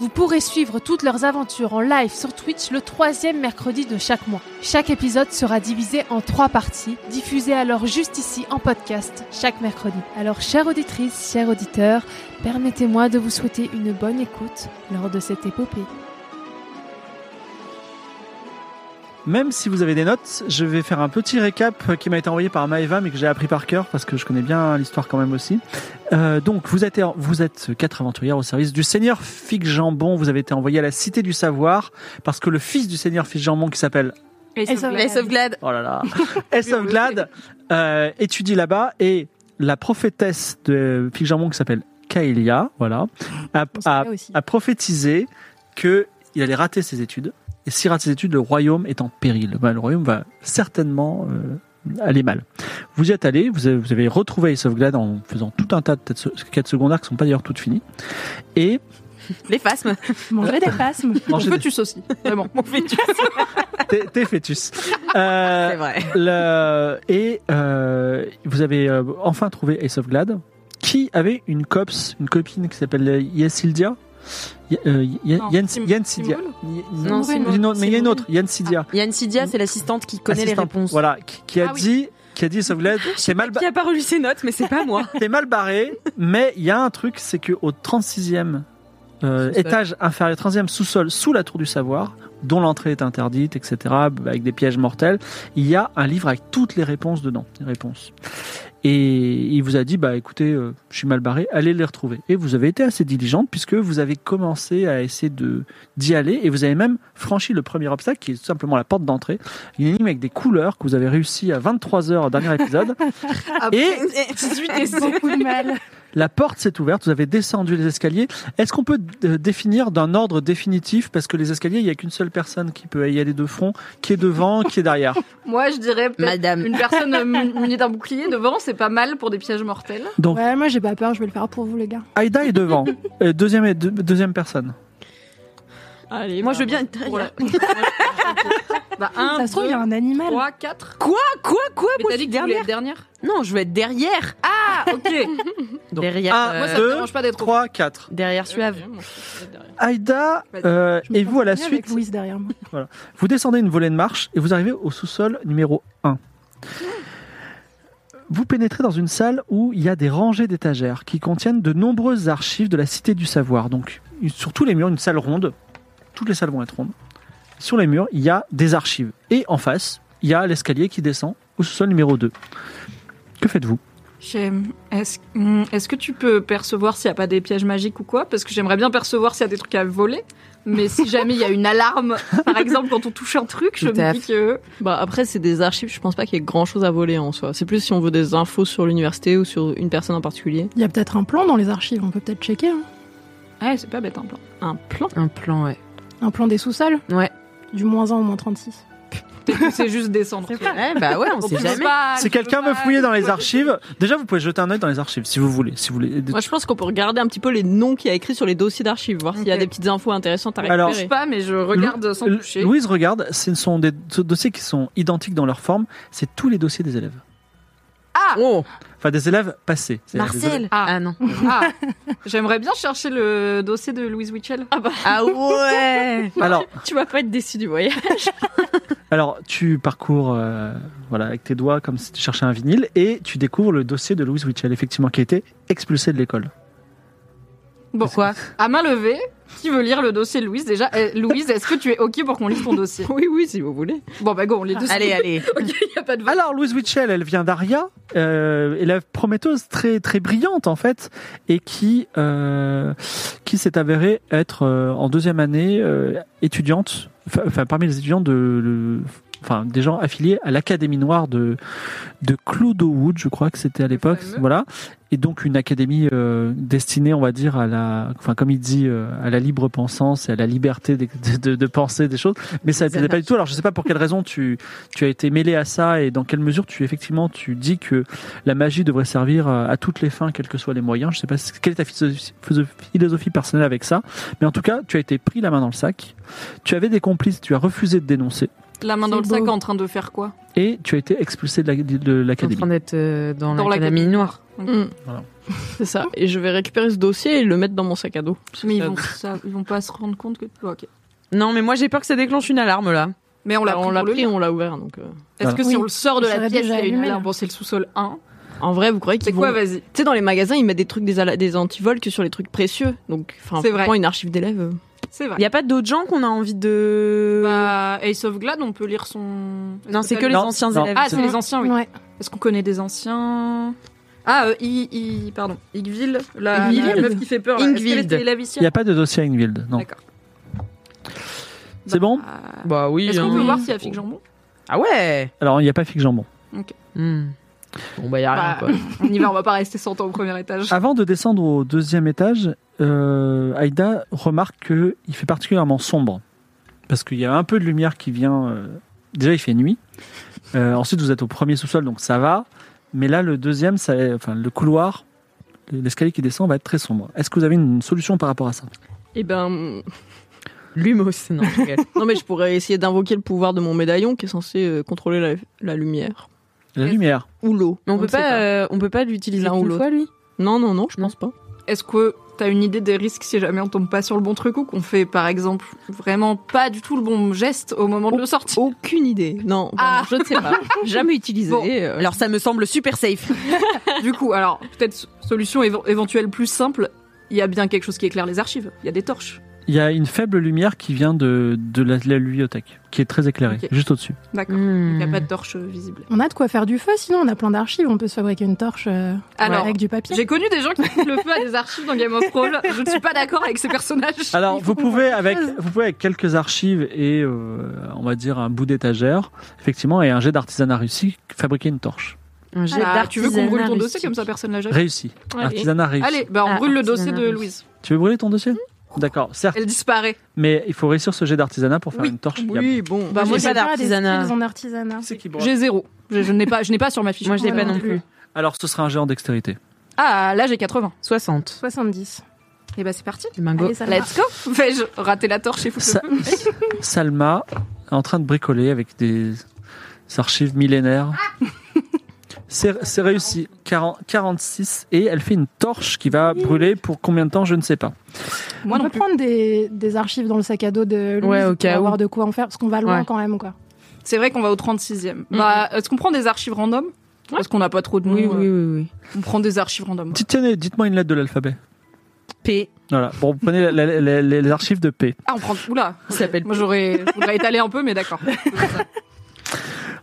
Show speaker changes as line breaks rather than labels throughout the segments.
Vous pourrez suivre toutes leurs aventures en live sur Twitch le troisième mercredi de chaque mois. Chaque épisode sera divisé en trois parties, diffusées alors juste ici en podcast chaque mercredi. Alors, chère auditrice, chers auditeurs, permettez-moi de vous souhaiter une bonne écoute lors de cette épopée.
Même si vous avez des notes, je vais faire un petit récap qui m'a été envoyé par Maeva, mais que j'ai appris par cœur parce que je connais bien l'histoire quand même aussi. Euh, donc, vous êtes, vous êtes quatre aventurières au service du Seigneur Fig Jambon. Vous avez été envoyé à la Cité du Savoir parce que le fils du Seigneur Fig Jambon, qui s'appelle
Ace of Glad.
Oh là là. Ace of Glad euh, étudie là-bas et la prophétesse de Pygmalion qui s'appelle Kaelia, voilà, a, a, a prophétisé que il allait rater ses études. Et s'il rate ses études, le royaume est en péril. Bah, le royaume va certainement euh, aller mal. Vous y êtes allé, vous avez, vous avez retrouvé Ace of Glad en faisant tout un tas de têtes- quêtes secondaires qui sont pas d'ailleurs toutes finies. Et
Les phasmes.
Manger des phasmes.
Manger des-
fœtus aussi. Vraiment. Mon fœtus.
t'es t'es fœtus. Euh,
C'est vrai.
Le- et euh, vous avez euh, enfin trouvé Ace of Glad, qui avait une copse, une copine qui s'appelle euh, Yesildia. Y- euh, Y-
Non,
Yen-
Sim-
Yensidia. Y-
Non,
non,
c'est
mais non, mais il y a une
Simone.
autre, Yensidia.
Yann Sidia, c'est l'assistante qui connaît Ah, les
Assistante.
réponses.
Voilà, qui, qui a
Ah oui.
dit, qui a dit Ace of Glad, c'est mal, ba-
Qui a pas relu ses notes, mais c'est pas moi.
t'es mal barré, mais il y a un truc, c'est que au 36e euh,
Sous-sol.
étage inférieur, 36e sous-sol, sous la tour du savoir, dont l'entrée est interdite, etc., avec des pièges mortels, il y a un livre avec toutes les réponses dedans, les réponses. Et il vous a dit, bah écoutez, euh, je suis mal barré, allez les retrouver. Et vous avez été assez diligente puisque vous avez commencé à essayer de d'y aller et vous avez même franchi le premier obstacle qui est tout simplement la porte d'entrée, une énigme avec des couleurs que vous avez réussi à 23 heures au dernier épisode. Et-
18 et beaucoup de mal.
La porte s'est ouverte, vous avez descendu les escaliers. Est-ce qu'on peut euh, définir d'un ordre définitif Parce que les escaliers, il n'y a qu'une seule personne qui peut y aller de front, qui est devant, qui est derrière.
Moi, je dirais peut-être
Madame.
une personne euh, mu- munie d'un bouclier devant, c'est pas mal pour des pièges mortels.
Donc,
Ouais, moi j'ai pas peur, je vais le faire pour vous les gars.
Aïda est devant. Euh, deuxième, et deux- deuxième personne.
Allez,
Moi, je veux bien être derrière.
Voilà. bah, un,
Ça se trouve, il y a un animal.
3, 4.
Quoi, quoi
Mais
Moi,
t'as dit
je
que
suis
tu voulais
derrière.
être dernière
Non, je veux être derrière. Ah,
Ah, ok.
Donc,
derrière.
un,
Ah, Moi, ça
Deux,
me dérange pas d'être au-
3, 4.
Derrière Suave.
Aïda,
Vas-y.
euh,
Je me
et vous à la
sens bien avec
suite,
Louise derrière moi.
vous descendez une volée de marche et vous arrivez au sous-sol numéro 1. Vous pénétrez dans une salle où il y a des rangées d'étagères qui contiennent de nombreuses archives de la Cité du Savoir. Donc, sur tous les murs, une salle ronde. Toutes les salles vont être rondes. Sur les murs, il y a des archives. Et en face, il y a l'escalier qui descend au sous-sol numéro 2. Que faites-vous
J'aime. Est-ce hmm, est-ce que tu peux percevoir s'il n'y a pas des pièges magiques ou quoi Parce que j'aimerais bien percevoir s'il y a des trucs à voler. Mais si jamais il y a une alarme, par exemple, quand on touche un truc, je
Tout
me
à
dis que.
Bah après c'est des archives, je pense pas qu'il y ait grand chose à voler en soi. C'est plus si on veut des infos sur l'université ou sur une personne en particulier.
Il y a peut-être un plan dans les archives, on peut peut-être checker. hein.
Ouais, ah, c'est pas bête un plan.
Un plan
Un plan, ouais.
Un plan des sous-sols
Ouais.
Du moins 1 au moins 36.
Peut-être que c'est juste descendre.
Ouais, bah ouais, on
On
sait
peut
jamais.
pas,
Si
tu peux
quelqu'un veut
Ah, pas,
fouiller dans
tu
les
peux-
archives, déjà vous pouvez jeter un œil dans les archives si vous voulez. Si vous voulez.
Moi je pense qu'on peut regarder un petit peu les noms qu'il y a écrits sur les dossiers d'archives, voir s'il y a
Ok.
des petites infos intéressantes à
Alors-
récupérer.
Je sais pas, mais je regarde sans
Lou-
toucher.
Louise regarde, ce sont des do- dossiers qui sont identiques dans leur forme. C'est tous les dossiers des élèves.
Oh,
Enfin, des élèves passés. C'est- des élèves-
Marcel.
Ah.
Ah non.
Ah, j'aimerais bien chercher le dossier de Louise Witchell. Ah bah.
Ah ouais.
Alors,
Tu vas pas être déçu du voyage.
alors, tu parcours euh, voilà, avec tes doigts comme si tu cherchais un vinyle et tu découvres le dossier de Louise Witchell, effectivement, qui a été expulsée de l'école.
Bon.
Pourquoi
À main levée, Qui veut lire le dossier de Louise déjà Eh, Louise, est-ce que tu es OK pour qu'on lise ton dossier
Oui, oui, si vous voulez.
Bon, bah go, on lit dessus.
Allez, allez.
OK, il n'y a pas de vote.
Alors, Louise Witchell, elle vient d'Aria, euh, élève prometteuse très très brillante en fait, et qui euh, qui s'est avérée être euh, en deuxième année euh, étudiante, enfin enfin, parmi les étudiants de, le- enfin des gens affiliés à l'académie noire de de Clodo Wood, je crois que c'était à l'époque,
fameux.
voilà. Et donc une académie euh, destinée, on va dire, à la, enfin comme il dit, euh, à la libre pensance et à la liberté de, de, de- de penser des choses. Mais ça ne plaisait pas du tout. Alors je sais pas pour quelle raison tu tu as été mêlé à ça et dans quelle mesure tu effectivement tu dis que la magie devrait servir euh, à à toutes les fins, quels que soient les moyens. Je sais pas quelle est ta philosophie, philosophie personnelle avec ça, mais en tout cas tu as été pris la main dans le sac. Tu avais des complices, tu as refusé de dénoncer
La main dans le
C'est
sac
beau.
en train de faire quoi
et tu as été expulsé de la- de
En
l'académie.
train d'être euh, dans,
Dans
l'académie noire.
Mm.
Voilà.
C'est ça. Et je vais récupérer ce dossier et le mettre dans mon sac à dos.
Mais ils vont, ça- ils vont pas se rendre compte que. Bon, ok.
Non, mais moi j'ai peur que ça déclenche une alarme là.
Mais on l'a
Alors,
pris.
on l'a
pour le
pris,
lire.
on l'a ouvert. Donc, euh.
Est-ce que si
Oui.
on le sort de
Ça
la
aurait
pièce, il
déjà
y a une
allumé, là.
alarme Bon, c'est le sous-sol 1.
En vrai, vous croyez
C'est
qu'ils
quoi,
vont-
vas-y
Tu sais, dans les magasins, ils mettent des trucs, des, ala- des antivols que sur les trucs précieux. Donc, enfin,
C'est vrai.
franchement, une archive d'élèves. euh.
C'est vrai.
Il y a pas d'autres gens qu'on a envie de.
Bah, Ace of Glad, on peut lire son.
non, c'est que les
Non,
anciens
non.
élèves.
Ah, c'est les anciens, oui.
Ouais.
Est-ce qu'on connaît des anciens Ah, euh, I, I- pardon, Igville, la,
Yggwild
la meuf qui fait peur. là. Est-ce qu'elle
Yggwild.
était élève ici
Il n'y a pas de dossier à Ingvild, non.
D'accord.
C'est bon
Ah.
Bah oui.
Est-ce qu'on
hein.
peut voir s'il y a Fig Jambon
Ah ouais
Alors, il n'y a pas Fig Jambon.
Hmm. Bon bah y a rien
Bah,
quoi.
On y va, on va pas rester 100 ans au premier étage.
Avant de descendre au deuxième étage, euh, Aïda remarque qu'il fait particulièrement sombre. Parce qu'il y a un peu de lumière qui vient. euh, Déjà, il fait nuit. Euh, ensuite, vous êtes au premier sous-sol, donc ça va. Mais là, le deuxième, ça, enfin, le couloir, l'escalier qui descend va être très sombre. Est-ce que vous avez une solution par rapport à ça
Eh ben,
Lumos, non. je rigole.
non mais je pourrais essayer d'invoquer le pouvoir de mon médaillon qui est censé euh, contrôler la, la lumière
La
Est-ce-
lumière.
ou l'eau.
Mais on, peut
ne sait
pas, euh, on peut pas l'utiliser
L'un ou
une
l'autre.
fois lui.
Non non non, je
Non.
pense pas.
Est-ce que t'as une idée des risques si jamais on tombe pas sur le bon truc ou qu'on fait, par exemple, vraiment pas du tout le bon geste au moment de le sortir
Aucune idée. Non, vraiment,
Ah.
je ne sais pas. Jamais utilisé.
Bon.
euh,
Alors ça me semble super safe.
Du coup, alors, peut-être so- solution éve- éventuelle plus simple, il y a bien quelque chose qui éclaire les archives. Il y a des torches.
Il y a une faible lumière qui vient de, de la, la bibliothèque, qui est très éclairée,
Ok.
juste au-dessus.
D'accord. Il
Il
n'y a pas de torches euh, visibles.
On a de quoi faire du feu, sinon on a plein d'archives, on peut se fabriquer une torche euh,
Alors,
avec du papier.
j'ai connu des gens qui foutent le feu à des archives dans Game of Thrones. Je ne suis pas d'accord avec ces personnages.
Alors,
Il faut
vous
qu'on
pouvez,
fasse
avec,
quelque chose.
vous pouvez avec quelques archives et, euh, on va dire, un bout d'étagère, effectivement, et un jet d'artisanat réussi, fabriquer une torche.
Un jet
Ah, tu veux qu'on brûle ton
d'artisanat
dossier comme ça,
rustique.
personne l'a jamais
Réussi. Artisanat réussi.
Allez, bah on
Ah,
brûle le dossier de
artisanat.
Louise.
Tu veux brûler ton dossier D'accord, certes,
Elle disparaît.
mais il faut réussir ce jet d'artisanat pour faire
Oui.
une torche. Il y a-
Oui bon.
Bah, moi,
J'ai
j'ai pas
des
d'artisanat.
skills en artisanat.
C'est qui brûle
J'ai zéro. Je, je n'ai pas, je n'ai pas sur ma fiche.
Moi je l'ai
Ouais,
pas
non
non plus.
Alors, ce sera un jet en dextérité.
Ah, là j'ai 80.
60.
70.
Et bah c'est parti.
C'est Bingo.
Allez, ça marche.
Let's go. Vais-je rater la torche et foutre
Sa- Salma est en train de bricoler avec des archives millénaires. C'est c'est réussi, 40 46, et elle fait une torche qui va brûler pour combien de temps, je ne sais pas.
le feu Moi
on
non
peut
plus.
prendre des, des archives dans le sac à dos de Louise
Ouais, au
pour
cas où.
avoir de quoi en faire, parce qu'on va loin
Ouais.
quand même, quoi.
C'est vrai qu'on va au 36e. Bah, est-ce qu'on prend des archives random Parce qu'on n'a pas trop de
Oui,
noms,
oui,
euh,
oui, oui.
On prend des archives random.
Dites- Tenez, dites-moi une lettre de l'alphabet.
P.
Voilà. Bon, vous prenez la- la- la- les, les archives de P.
Ah, on prend. Oula.
Il s'appelle
Moi j'aurais, je voudrais étaler un peu, mais d'accord.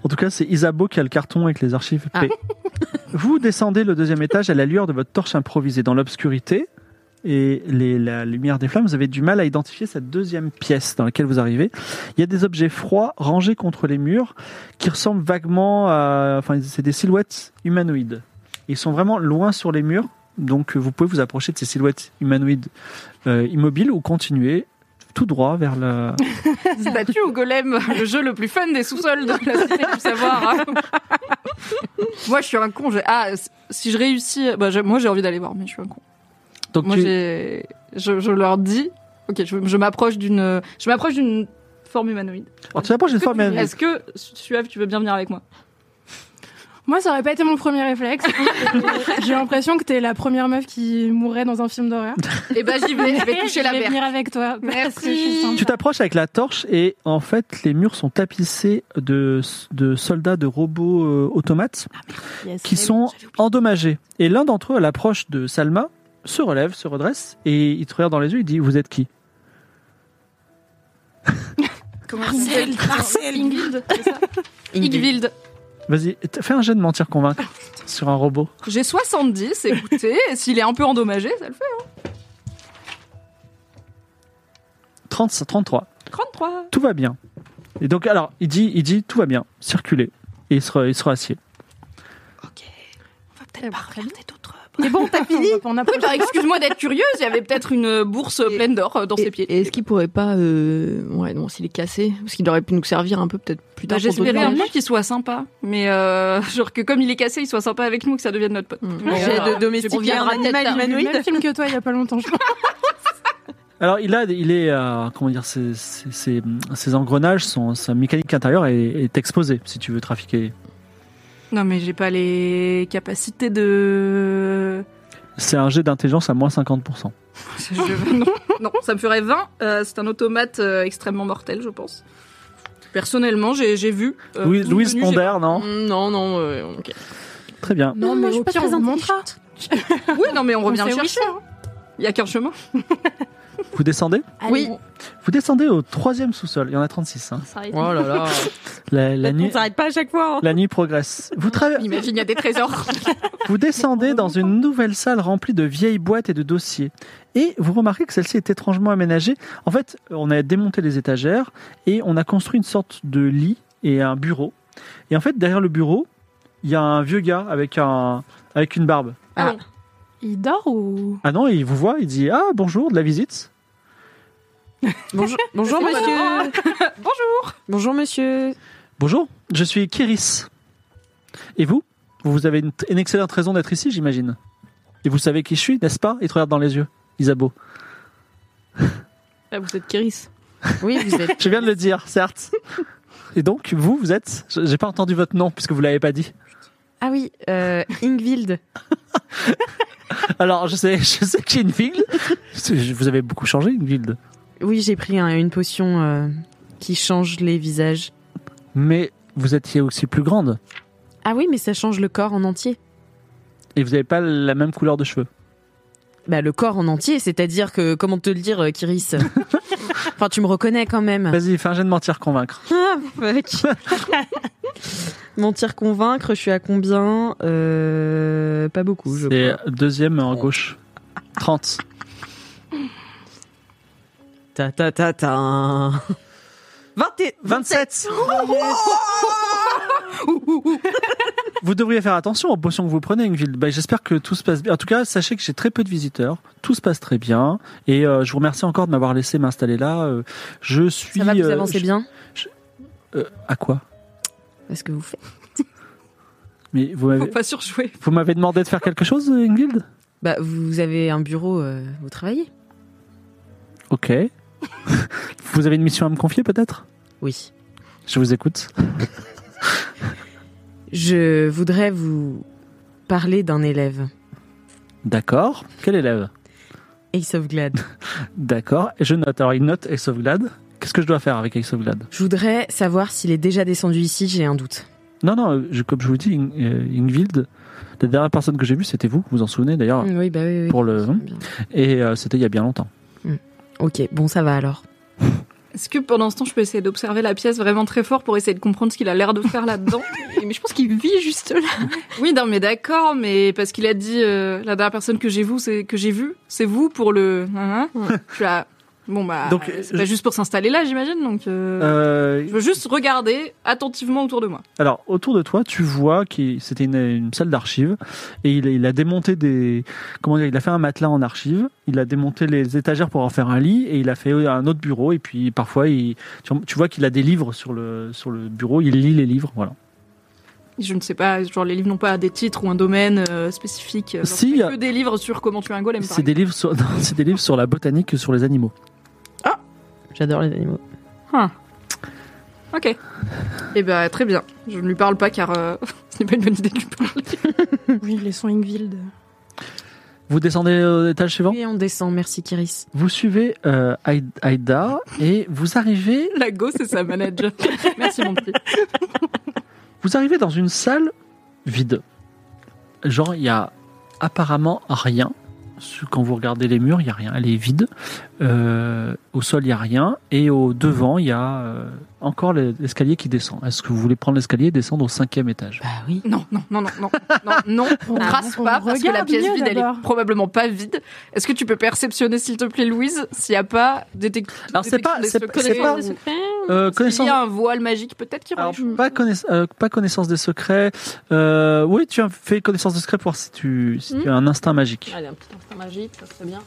En tout cas, c'est Isabeau qui a le carton avec les archives P. Vous descendez le deuxième étage à la lueur de votre torche improvisée dans l'obscurité et les- la lumière des flammes. Vous avez du mal à identifier cette deuxième pièce dans laquelle vous arrivez. Il y a des objets froids rangés contre les murs qui ressemblent vaguement à. Enfin, c'est des silhouettes humanoïdes. Ils sont vraiment loin sur les murs, donc vous pouvez vous approcher de ces silhouettes humanoïdes euh, immobiles ou continuer tout droit vers la,
Statue au golem, le jeu le plus fun des sous-sols de la cité du savoir. hein. moi je suis un con. j'ai- Ah, c- si je réussis, bah, j'ai- moi j'ai envie d'aller voir, mais je suis un con.
Donc
Moi,
tu-
j'ai, je, je leur dis, ok, je, je m'approche d'une, je m'approche d'une forme humanoïde.
Alors, tu t'approches d'une forme humanoïde.
Est-ce que Suave, tu veux bien venir avec moi
Moi, ça aurait pas été mon premier réflexe. J'ai l'impression que t'es la première meuf qui mourrait dans un film d'horreur.
Eh ben j'y vais, je vais toucher la
Je vais
mer.
venir avec toi. parce que
Merci.
je suis sympa.
Tu t'approches avec la torche et en fait les murs sont tapissés de, de soldats de robots euh, automates
Yes.
qui sont endommagés. Et l'un d'entre eux à l'approche de Salma se relève, se redresse et il te regarde dans les yeux, il dit vous êtes qui
Comment Marcel, Marcel Ingvild, c'est ça Ingvild.
Vas-y, t- fais un jet de mentir convaincre sur un robot.
J'ai 70, écoutez, s'il est un peu endommagé, ça le fait.
30, 33.
33.
Tout va bien. Et donc, alors, il dit, il dit tout va bien, circulez. Et il sera, il sera assis.
Ok. On va peut-être pas regarder d'autres.
Mais bon, t'as fini On a
Oui, bah, excuse-moi d'être curieuse, il y avait peut-être une bourse pleine d'or euh, dans
Et-
ses pieds.
et Est-ce qu'il pourrait pas. euh, Ouais, non, s'il est cassé, parce qu'il aurait pu nous servir un peu peut-être plus
Bah,
tard. pour d'autres
J'espérais un
voyages.
peu qu'il soit sympa, mais euh, genre que comme il est cassé, il soit sympa avec nous, que ça devienne notre pote.
Mm.
Mais,
J'ai
euh,
de domestiquer un
viendra peut-être
animal
faire le
le même
humanoïde.
film que toi il y a pas longtemps, je crois.
Alors, il a, il est, euh, comment dire, ses, ses- ses- ses engrenages, son, sa mécanique intérieure est, est exposée si tu veux trafiquer.
Non, mais j'ai pas les capacités de.
C'est un jet d'intelligence à moins 50%.
Je- Non, non, ça me ferait 20. Euh, c'est un automate euh, extrêmement mortel, je pense. Personnellement, j'ai j'ai vu. euh,
Louis-
tout
Louise
menu, j'ai-
Ponder, non
Mm, Non, non, euh, ok.
Très bien.
Non, mais au pire, on vous montrera.
Oui, non, mais on
On
revient
sait
le
où
chercher. hein. Il y a qu'un chemin.
Vous descendez
Oui.
Vous descendez au troisième sous-sol. Il y en a 36. hein.
Oh là là.
La,
Euh,
la
On
nuit,
s'arrête pas à chaque fois. hein.
la nuit progresse. Vous, tra-
Imagine, il y a des trésors.
Vous descendez dans une nouvelle salle remplie de vieilles boîtes et de dossiers. Et vous remarquez que celle-ci est étrangement aménagée. En fait, on a démonté les étagères et on a construit une sorte de lit et un bureau. Et en fait, derrière le bureau, il y a un vieux gars avec, un, avec une barbe.
Il dort ou
Ah non, il vous voit, il dit Ah, bonjour, de la visite
Bonjour, bonjour monsieur.
Bonjour.
Bonjour monsieur.
Bonjour, je suis Kiris. Et vous Vous avez une, une excellente raison d'être ici, j'imagine. Et vous savez qui je suis, n'est-ce pas Il te regarde dans les yeux, Isabeau.
Ah, vous êtes Kéris.
Oui, vous êtes.
Je viens de le dire, certes. Et donc, vous, vous êtes je- J'ai pas entendu votre nom puisque vous l'avez pas dit.
Ah oui, euh, Ingvild.
Alors, je sais, je sais que j'ai une ville. Je- Vous avez beaucoup changé, une ville.
Oui, j'ai pris un- une potion euh, qui change les visages.
Mais vous étiez aussi plus grande
Ah oui, mais ça change le corps en entier.
et vous n'avez pas la même couleur de cheveux.
Bah le corps en entier, c'est-à-dire que comment te le dire, euh, Kiris Enfin, tu me reconnais quand même.
Vas-y, fais un jet de mentir convaincre.
Ah, fuck. Mentir, convaincre, je suis à combien Euh, Pas beaucoup, je
C'est
crois. Oh.
deuxième en gauche. 30.
Ta ta ta ta. 20 et-
27
Oh,
Vous devriez faire attention aux potions que vous prenez, Ingvild. Bah, J'espère que tout se passe bien. En tout cas, sachez que j'ai très peu de visiteurs. Tout se passe très bien. Et euh, je vous remercie encore de m'avoir laissé m'installer là. Euh, je suis...
Ça va, vous
euh,
avancez
je-
bien
Euh, à quoi
Est-ce que vous faites
Mais vous
Faut
m'avez,
pas surjouer.
vous m'avez demandé de faire quelque chose, euh, Ingvild
Bah, vous avez un bureau, euh, vous travaillez
Ok. vous avez une mission à me confier, peut-être
Oui.
Je vous écoute.
Je voudrais vous parler d'un élève,
D'accord. Quel élève
Ace of Glad.
D'accord. Je note. Alors, il note Ace of Glad. Qu'est-ce que je dois faire avec Ace of Glad
Je voudrais savoir s'il est déjà descendu ici, j'ai un doute.
Non, non, euh, je- comme je vous dis, In- euh, Ingvild, la dernière personne que j'ai vue, c'était vous. Vous vous en souvenez, d'ailleurs
Oui, bah oui, oui.
Pour le...
Bien.
Et euh, c'était il y a bien longtemps.
Ok, bon, ça va alors.
Est-ce que pendant ce temps, je peux essayer d'observer la pièce vraiment très fort pour essayer de comprendre ce qu'il a l'air de faire là-dedans
Mais je pense qu'il vit juste là.
Oui, non, mais d'accord, mais parce qu'il a dit euh, la dernière personne que j'ai vue, c'est que j'ai vue, c'est vous pour le. Hein, hein. Je suis là, Bon bah,
Donc,
euh, c'est
je-
pas juste pour s'installer là, j'imagine. Donc, euh,
Euh,
je veux juste regarder attentivement autour de moi.
Alors, autour de toi, tu vois que c'était une, une salle d'archives et il, il a démonté des. Comment dire Il a fait un matelas en archives, il a démonté les étagères pour en faire un lit et il a fait un autre bureau. Et puis parfois, il, tu, tu vois qu'il a des livres sur le, sur le bureau, il lit les livres. Voilà.
Je ne sais pas, genre les livres n'ont pas des titres ou un domaine euh, spécifique. Genre,
Si,
c'est
y a-
que des livres sur comment tuer un golem. Par
C'est des, livres sur- non, c'est des livres sur la botanique que sur les animaux.
J'adore les animaux.
exemple. Hein. Ok. Eh ben très bien. Je ne lui parle pas car euh, ce n'est pas une bonne idée de lui parler.
Oui, laissons Ingvild.
Vous descendez au étage suivant
Et on descend, merci Kiris.
Vous suivez euh, Aïd- Aïda et vous arrivez
La go, c'est sa manager. Merci mon petit.
Vous arrivez dans une salle vide. Genre, il y a apparemment rien. Quand vous regardez les murs, il n'y a rien. Elle est vide. Euh, au sol, il n'y a rien. Et au devant, il y a euh, encore les- l'escalier qui descend. Est-ce que vous voulez prendre l'escalier et descendre au cinquième étage
Bah oui.
Non, non, non, non, non, non, non, on
Ah,
trace
on
pas parce que la
regarde
pièce
mieux
vide, elle
d'abord.
est probablement pas vide. Est-ce que tu peux perceptionner, s'il te plaît, Louise, s'il n'y a pas détec-
Alors, c'est
détection
pas-
des
c'est-
Bah, secrets
c'est pas-
des secrets
Euh,
S'il
connaissance-
y a un voile magique, peut-être qu'il
Alors,
rejoue.
pas, connaiss- euh, pas connaissance des secrets. Euh, oui, tu as fait connaissance des secrets pour voir si tu, si tu as
Hmm
un instinct magique.
Allez, un petit instant magique, ça serait bien.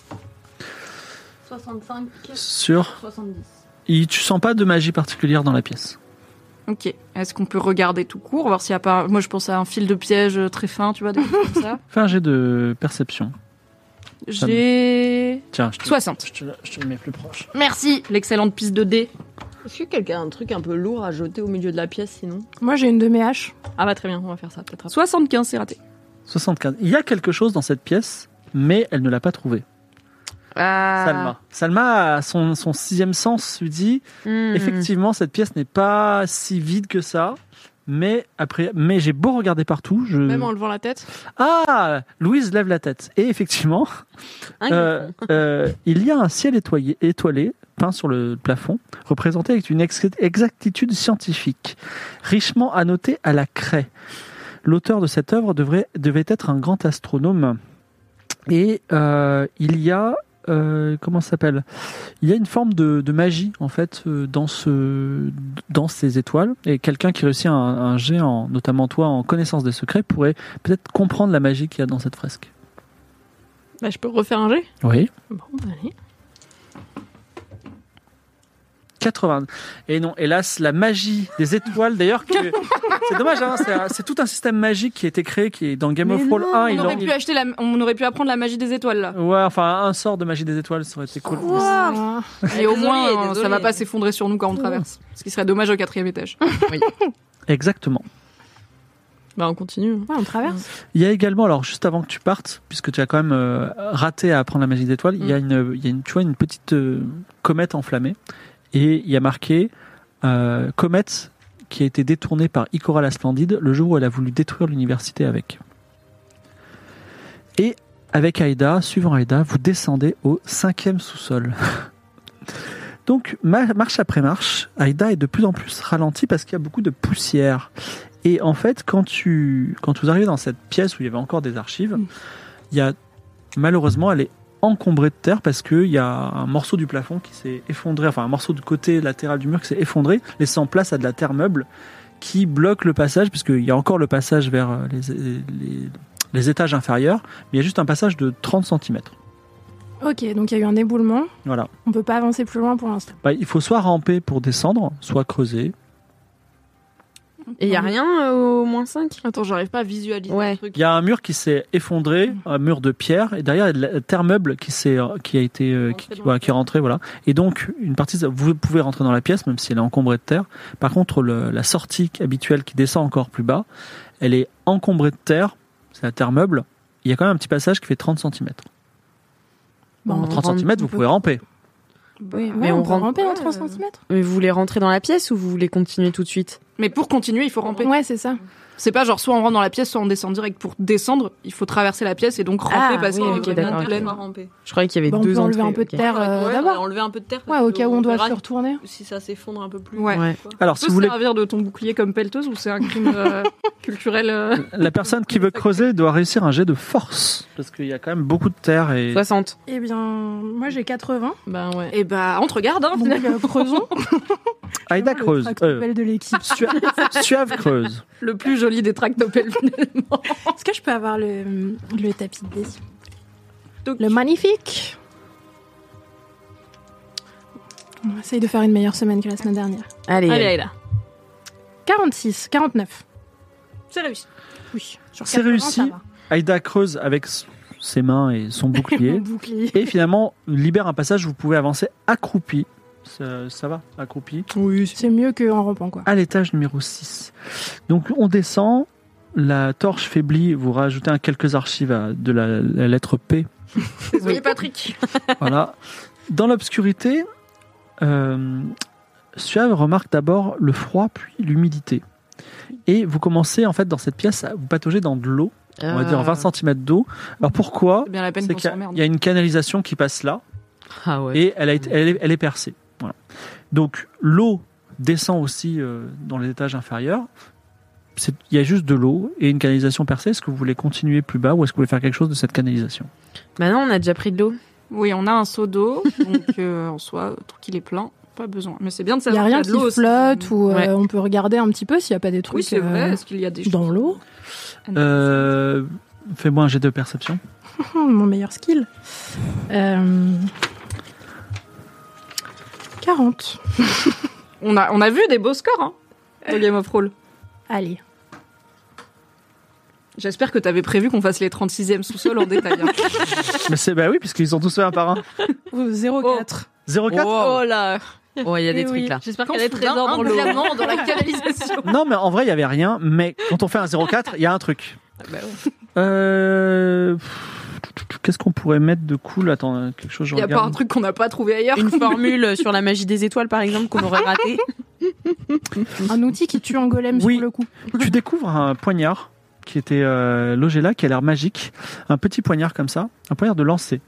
65,
Sur.
70.
Et tu sens pas de magie particulière dans la pièce.
Ok. Est-ce qu'on peut regarder tout court, voir s'il n'y a pas. Moi, je pense à un fil de piège euh, très fin, tu vois, des trucs comme ça.
Fais un jet de perception.
J'ai.
Tiens, je te,
60.
je te, le- je te le mets plus proche.
Merci, l'excellente piste de dés.
Est-ce que quelqu'un a un truc un peu lourd à jeter au milieu de la pièce sinon
Moi, j'ai une de mes haches.
Ah bah très bien, on va faire ça peut-être. après.
75, c'est raté.
75. Il y a quelque chose dans cette pièce, mais elle ne l'a pas trouvé.
Ah.
Ah.
Salma. Salma, à son, son sixième sens lui dit
Mhm.
Hmm.
effectivement, cette pièce n'est pas si vide que ça. Mais après, mais j'ai beau regarder partout, je
Même en levant la tête.
ah Louise lève la tête et effectivement,
Un
euh, euh, il y a un ciel étoilé, étoilé peint sur le plafond, représenté avec une ex- exactitude scientifique, richement annoté à la craie. L'auteur de cette œuvre devrait, devait être un grand astronome. Et euh, il y a euh, comment ça s'appelle Il y a une forme de, de magie en fait euh, dans ce dans ces étoiles. Et quelqu'un qui réussit un, un jet, en, notamment toi, en connaissance des secrets, pourrait peut-être comprendre la magie qu'il y a dans cette fresque.
Bah je peux refaire un jet
Oui.
Bon, bah, allez.
80. Et non, hélas, la magie des étoiles, d'ailleurs, que... c'est dommage, hein, c'est un- c'est tout un système magique qui a été créé, qui est dans Game of Thrones 1.
On
il
aurait,
en-
pu acheter la... on aurait pu apprendre la magie des étoiles, là.
Ouais, enfin, un sort de magie des étoiles, ça aurait été cool.
Ouah.
Et au
Désolée,
moins, euh, ça
désolée.
va pas s'effondrer sur nous quand on traverse. Ce qui serait dommage au quatrième étage.
Exactement.
Bah on continue.
Ah,
Ouais, on traverse.
Il y a également, alors juste avant que tu partes, puisque tu as quand même euh, raté à apprendre la magie des étoiles, il y a une, il y a une, tu vois, une petite euh, comète enflammée et il y a marqué euh, comète qui a été détournée par Ikora la Splendide le jour où elle a voulu détruire l'université avec. Et avec Aïda, suivant Aïda, vous descendez au cinquième sous-sol. Donc ma- marche après marche, Aïda est de plus en plus ralentie parce qu'il y a beaucoup de poussière. Et en fait, quand, tu, quand vous arrivez dans cette pièce où il y avait encore des archives, il y a, malheureusement, elle est encombrée de terre parce qu'il y a un morceau du plafond qui s'est effondré, enfin un morceau du côté latéral du mur qui s'est effondré, laissant place à de la terre meuble qui bloque le passage, puisqu'il y a encore le passage vers euh, les, les- les étages inférieurs, mais il y a juste un passage de 30 cm.
Ok, donc il y a eu un éboulement.
Voilà.
On peut pas avancer plus loin pour l'instant.
Bah, il faut soit ramper pour descendre, soit creuser.
Et y a rien euh, au moins 5
Attends, j'arrive pas à visualiser
Ouais.
le truc.
Il y a un mur qui s'est effondré, un mur de pierre, et derrière il y a de la terre meuble qui s'est, qui a été, euh, qui, qui- voilà, qui est rentrée, voilà. Et donc une partie, vous pouvez rentrer dans la pièce même si elle est encombrée de terre. Par contre, le- la sortie habituelle qui descend encore plus bas, elle est encombrée de terre, c'est la terre meuble. Il y a quand même un petit passage qui fait 30 cm.
Bon,
En
on
30
rentre
cm,
un
vous
peu.
pouvez ramper.
Oui,
mais
mais
on
on, peut
rentre-
ramper
ouais,
à 3
euh,
cm.
Mais vous voulez rentrer dans la pièce ou vous voulez continuer tout de suite
Mais pour continuer, il faut ramper.
Ouais, c'est ça.
C'est pas genre soit on rentre dans la pièce, soit on descend direct. Pour descendre, il faut traverser la pièce et donc ramper
Ah,
parce qu'il
oui,
y a
ok,
vraiment
d'accord,
une
ok.
plaine.
Je croyais qu'il y avait
Bah, on
deux
peut enlever
entrées.
un peu de
ok.
terre euh, d'abord.
enlever un peu de terre.
Ouais, au cas où on doit
verra
se retourner.
Si ça s'effondre un peu plus.
Ouais.
Ouais.
Alors
Tu
si
peux
vous voulez,
servir de ton bouclier comme pelleteuse ou c'est un crime euh, culturel euh,
la personne qui veut creuser doit réussir un jet de force parce qu'il y a quand même beaucoup de terre et
60.
Eh bien, moi j'ai 80.
Bah ouais.
Eh bah, on te regarde, hein,
Donc
finalement.
euh, creusons.
Aïda creuse.
Euh...
Euh,
de l'équipe.
Suave- Suave creuse.
Le plus joli des tractopelles, finalement.
Est-ce que je peux avoir le, le tapis de dés
Donc,
Le magnifique On essaye de faire une meilleure semaine que la semaine dernière.
Allez.
Allez, allez là.
46, 49.
c'est réussi.
Oui. sur
C'est
80,
réussi.
ça va.
Aïda creuse avec s- ses mains et son
Mon
bouclier
bouclier.
et finalement libère un passage où vous pouvez avancer accroupi. Ça, ça va, accroupi.
Oui.
C'est mieux qu'en rampant, quoi.
À l'étage numéro 6. Donc on descend, la torche faiblit, vous rajoutez un quelques archives à- de la, la lettre P.
Désolé, Patrick.
Voilà. Dans l'obscurité, euh, Suave remarque d'abord le froid puis l'humidité. Et vous commencez en fait dans cette pièce à vous patauger dans de l'eau,
Euh, Ah.
on va dire 20 cm d'eau. Alors pourquoi
C'est bien la peine
C'est
qu'on
qu'il y a-
s'emmerde.
il y a une canalisation qui passe là.
Ah ouais.
et elle, a été- elle est, elle est percée. Voilà. Donc l'eau descend aussi euh, dans les étages inférieurs. C'est- Il y a juste de l'eau et une canalisation percée. Est-ce que vous voulez continuer plus bas ou est-ce que vous voulez faire quelque chose de cette canalisation
Bah non, on a déjà pris de l'eau.
Oui, on a un seau d'eau, donc euh, en soi, le truc il est plein, pas besoin. Mais c'est bien de
Il n'y
savoir
a
qu'il
rien
de
qui
l'eau aussi.
flotte ou euh,
Ouais.
on peut regarder un petit peu s'il n'y a pas des trucs
Oui, c'est vrai.
euh,
Est-ce qu'il y a des
dans
choses-
l'eau.
euh, Fais-moi un jet de perception.
Hum, mon meilleur skill. Euh, 40.
On a, on a vu des beaux scores hein,
Eh.
dans Game of Roll.
Allez.
J'espère que t'avais prévu qu'on fasse les 36e sous-sols en détail. hein.
Mais c'est bah oui puisqu'ils sont tous fait un par un.
0,4.
0,4
Oh là
Oh, il y a des
Eh oui.
trucs là.
J'espère
Quand
qu'il y a des
soudain,
trésors dans l'eau.
imbricamment dans la canalisation.
Non mais en vrai il y avait rien. Mais quand on fait un 0,4 il y a un truc.
Ah bah
Euh, pff, Qu'est-ce qu'on pourrait mettre de cool Attends quelque chose. Je
Il y a pas
regarde.
un truc qu'on n'a pas trouvé ailleurs.
Une formule euh, sur la magie des étoiles, par exemple, qu'on aurait raté.
Un outil qui tue un golem
Oui.
sur le coup.
Tu découvres un poignard qui était euh, logé là, qui a l'air magique. Un petit poignard comme ça, un poignard de lancer.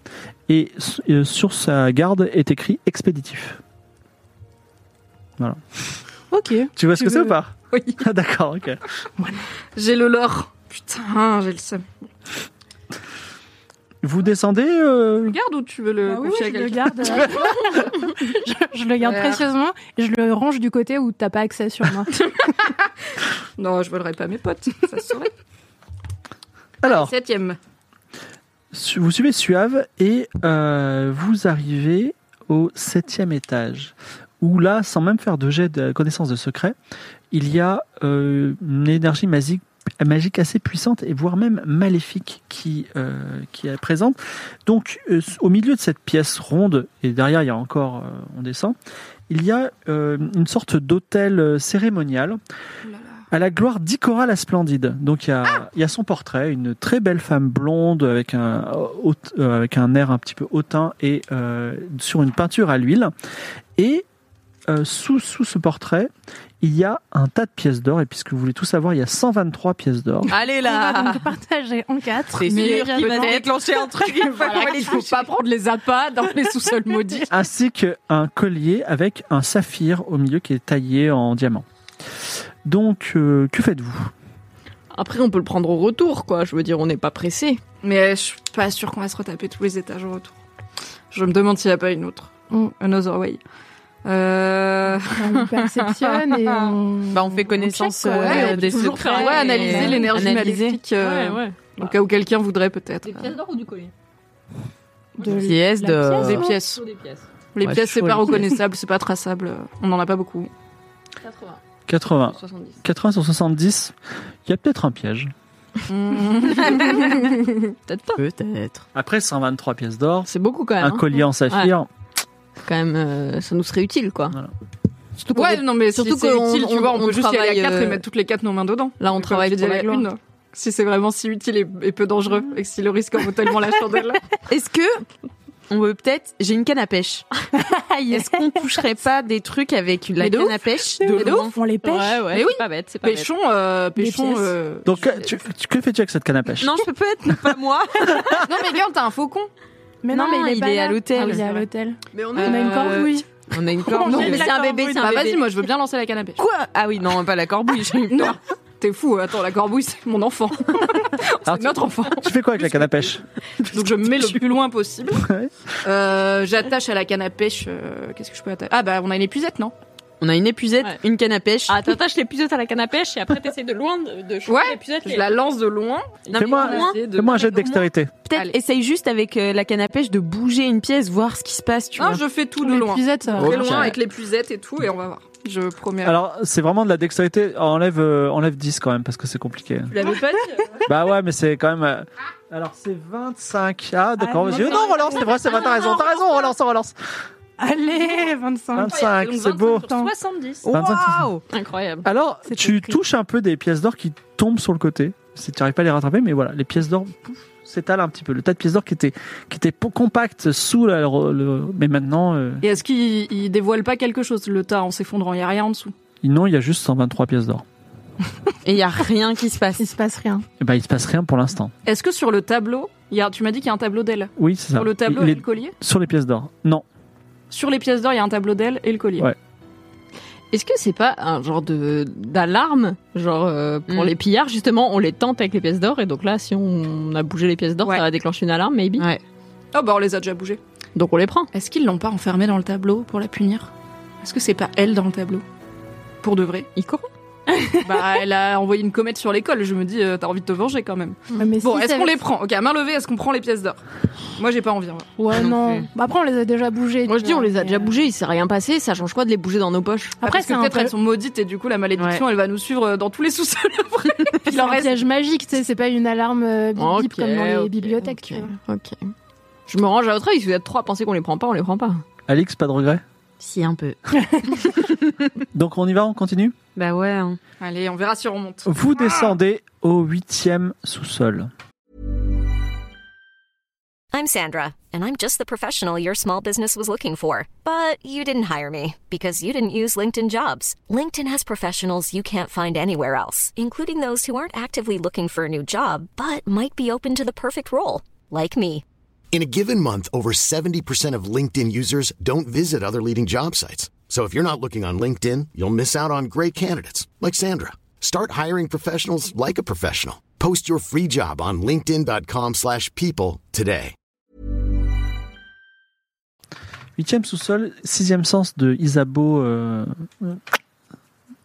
Et s- euh, sur sa garde est écrit expéditif.
Ok.
Tu vois ce
Tu
que c'est
veux-
ou pas
Oui.
Ah, D'accord, ok.
J'ai le lore. Putain, j'ai le seum.
Vous descendez euh,
Regarde où tu veux le
Ah oui,
confier
oui, je
à
le
quelqu'un.
garde. euh, je, je le garde
Ouais.
précieusement et je le range du côté où t'as pas accès sur moi.
Non, je volerai pas à mes potes. Ça se saurait.
Ah.
Alors,
Septième.
su- vous suivez Suave et euh, vous arrivez au septième étage. Où là, sans même faire de jet de connaissance de secret, il y a euh, une énergie magique, magique assez puissante et voire même maléfique qui, euh, qui est présente. Donc, euh, au milieu de cette pièce ronde, et derrière il y a encore, euh, on descend, il y a euh, une sorte d'hôtel euh, cérémonial à la gloire d'Icora la Splendide. Donc, il y, a, il y a son portrait, une très belle femme blonde avec un, haut- euh, avec un air un petit peu hautain et euh, sur une peinture à l'huile. Et euh, sous, sous ce portrait, il y a un tas de pièces d'or. Et puisque vous voulez tout savoir, il y a 123 pièces d'or.
Allez
Ah.
On va
là
donc partager en 4.
C'est sûr qu'il va déclencher un truc.
Voilà, il faut pas prendre les appâts dans les sous-sols maudits.
ainsi qu'un collier avec un saphir au milieu qui est taillé en diamant. Donc, euh, que faites-vous
Après, on peut le prendre au retour, quoi. Je veux dire, on n'est pas pressé.
Mais euh, je suis pas sûre qu'on va se retaper tous les étages en retour. Je me demande s'il n'y a pas une autre.
Mm.
Another way. Euh...
On perceptionne et on.
Bah, on fait connaissance
check, quoi.
euh,
Ouais, on peut
des
toujours
secrets.
faire- ouais, analyser
et-
l'énergie
analyser.
maléfique. euh,
ouais.
Au cas où quelqu'un voudrait peut-être.
Des pièces d'or ou du collier
De
Des pièces
la
de-
pièce,
Des
hein.
pièces.
des pièces.
Les
Ouais,
pièces, c'est
chaud,
pas
les pièces.
reconnaissable, c'est pas traçable. On n'en a pas beaucoup.
80,
80.
70.
80 sur 70, il y a peut-être un piège.
Mm.
Peut-être pas.
Peut-être.
Après 123 pièces d'or,
C'est beaucoup quand même.
un
hein.
collier en saphir.
Quand même, euh, ça nous serait utile, quoi.
Voilà.
Surtout qu'on
Ouais,
est-
non, mais surtout
surtout
si c'est
qu'on-
utile, tu
on-
vois, on,
on
peut juste y aller
travaille,
à 4 et
euh,
mettre toutes les 4 nos mains dedans.
Là, on
Comme
travaille
j'ai dit,
pour la
aller à
gloire.
une. Si c'est vraiment si utile et, et peu dangereux, et que si le risque en vaut tellement la chandelle.
Est-ce que on peut peut-être J'ai une canne à pêche. Est-ce qu'on toucherait pas des trucs avec la
Mais de
canne
ouf.
à pêche
Mais
de
de
loin
On les pêche.
Ouais, ouais,
Mais
c'est
oui.
pas bête, c'est pas bête.
Pêchons, euh,
Des
pêchons.
pièces.
euh,
Donc, euh, tu, tu- que fais-tu avec cette canne à pêche
Non, je peux peut-être pas moi.
Non, mais regarde, t'as un faucon.
Mais non,
Non,
mais il est,
il
pas
est
là.
à l'hôtel.
Ah oui, il est à l'hôtel.
Mais on
On a une
Euh,
corvouille.
On a une corne.
Non,
mais
mais
c'est un bébé, c'est un
Bah,
bébé.
vas-y, moi, je veux bien lancer la canne à pêche.
Quoi Ah oui, non, pas la corbouille, j'ai eu
Non,
peur.
t'es fou. euh, Attends, la corbouille, c'est mon enfant.
Alors,
c'est notre enfant.
Tu fais quoi avec la canne à pêche
Ah, Donc je me mets le plus loin possible.
Ouais.
Euh, J'attache à la canne à pêche. euh, Qu'est-ce que je peux attacher Ah bah on a une épuisette, non
On a une épuisette,
Ouais.
une canne à pêche.
Ah, t'attaches l'épuisette à la canne à pêche et après t'essayes de loin de, de choper
Ouais,
l'épuisette.
Je
et-
la lance de loin.
Non, mais
Fais-moi-
au moins,
J'essaie de-
Fais-moi un jet de
Au moins-
dextérité.
peut-être
Allez.
essaye juste avec euh, la canne à pêche de bouger une pièce, voir ce qui se passe, tu
Non,
vois.
je fais tout de
Les
loin.
puisettes, ça va.
Très
Ok.
loin Ah, avec l'épuisette et tout, et on va voir. Je promets.
euh,
Alors, c'est vraiment de la dextérité. Enlève, euh, enlève 10 quand même, parce que c'est compliqué.
Tu l'avais pas dit
bah ouais, mais c'est quand même. euh, Alors, c'est 25. Ah, d'accord,
Ah,
vas-y.
non,
Non, relance, c'est vrai, c'est vrai, t'as raison, t'as raison, on relance, on relance.
Allez, 25.
25, c'est beau.
70.
25, c'est-
Waouh
Incroyable.
Alors,
C'était
tu
écrit.
touches un peu des pièces d'or qui tombent sur le côté. Si tu n'arrives pas à les rattraper, mais voilà, les pièces d'or pouf, s'étalent un petit peu. Le tas de pièces d'or qui était, qui était po- compact sous la- le, le- mais maintenant, euh,
Et est-ce qu'il il dévoile pas quelque chose, le tas, en s'effondrant Il n'y a rien en dessous.
non, il y a juste 123 pièces d'or.
Et il y a rien qui se passe.
Il se passe rien.
Et ben, il se passe rien pour l'instant.
Est-ce que sur le tableau, Il y a- tu m'as dit qu'il y a un tableau d'elle.
Oui, c'est ça.
Sur le tableau
Il
et
est-
le collier
Sur les pièces d'or. Non.
Sur les pièces d'or, il y a un tableau d'elle et le collier.
Ouais.
Est-ce que c'est pas un genre de d'alarme, genre euh, pour
Mm.
les pillards justement, on les tente avec les pièces d'or et donc là si on a bougé les pièces d'or,
Ouais.
ça va déclencher une alarme maybe.
Ouais.
Oh bah on les a déjà bougés.
Donc on les prend.
Est-ce qu'ils l'ont pas enfermée dans le tableau pour la punir Est-ce que c'est pas elle dans le tableau Pour de vrai
Ils courent.
Bah elle a envoyé une comète sur l'école, je me dis euh, t'as envie de te venger quand même.
Mais
Bon,
si,
est-ce
ça-
qu'on les prend Ok, à main levée, est-ce qu'on prend les pièces d'or Moi j'ai pas envie. hein.
Ouais,
Non
non.
plus.
Bah, après, on les a déjà bougés.
Moi
tu
je dis on
vois,
les a
mais,
déjà
euh,
bougés, il s'est rien passé, ça change quoi de les bouger dans nos poches
Après,
parce que
c'est un
peut-être
peu-
elles sont maudites et du coup la malédiction elle va nous suivre euh, dans tous les sous-sols après. Il en
un
reste.
piège magique, tu sais, c'est pas une alarme euh, bip bip
Ok,
comme dans les
ok,
bibliothèques,
ok,
tu vois.
Ok. Je me range à votre œil, si vous êtes trois à penser qu'on les prend pas, on les prend pas.
Alix, pas de regret
Si, un peu.
Donc on y va, on continue
Bah ouais. hein.
Allez, on verra si on remonte.
Vous descendez au huitième sous-sol.
I'm Sandra, and I'm just the professional your small business was looking for. But you didn't hire me because you didn't use LinkedIn jobs. LinkedIn has professionals you can't find anywhere else, including those who aren't actively looking for a new job but might be open to the perfect role, like me.
In a given month, over 70% of LinkedIn users don't visit other leading job sites. So if you're not looking on LinkedIn, you'll miss out on great candidates like Sandra. Start hiring professionals like a professional. Post your free job on linkedin.com/people slash people today.
Huitième sous-sol, sixième sens de Isabeau. euh,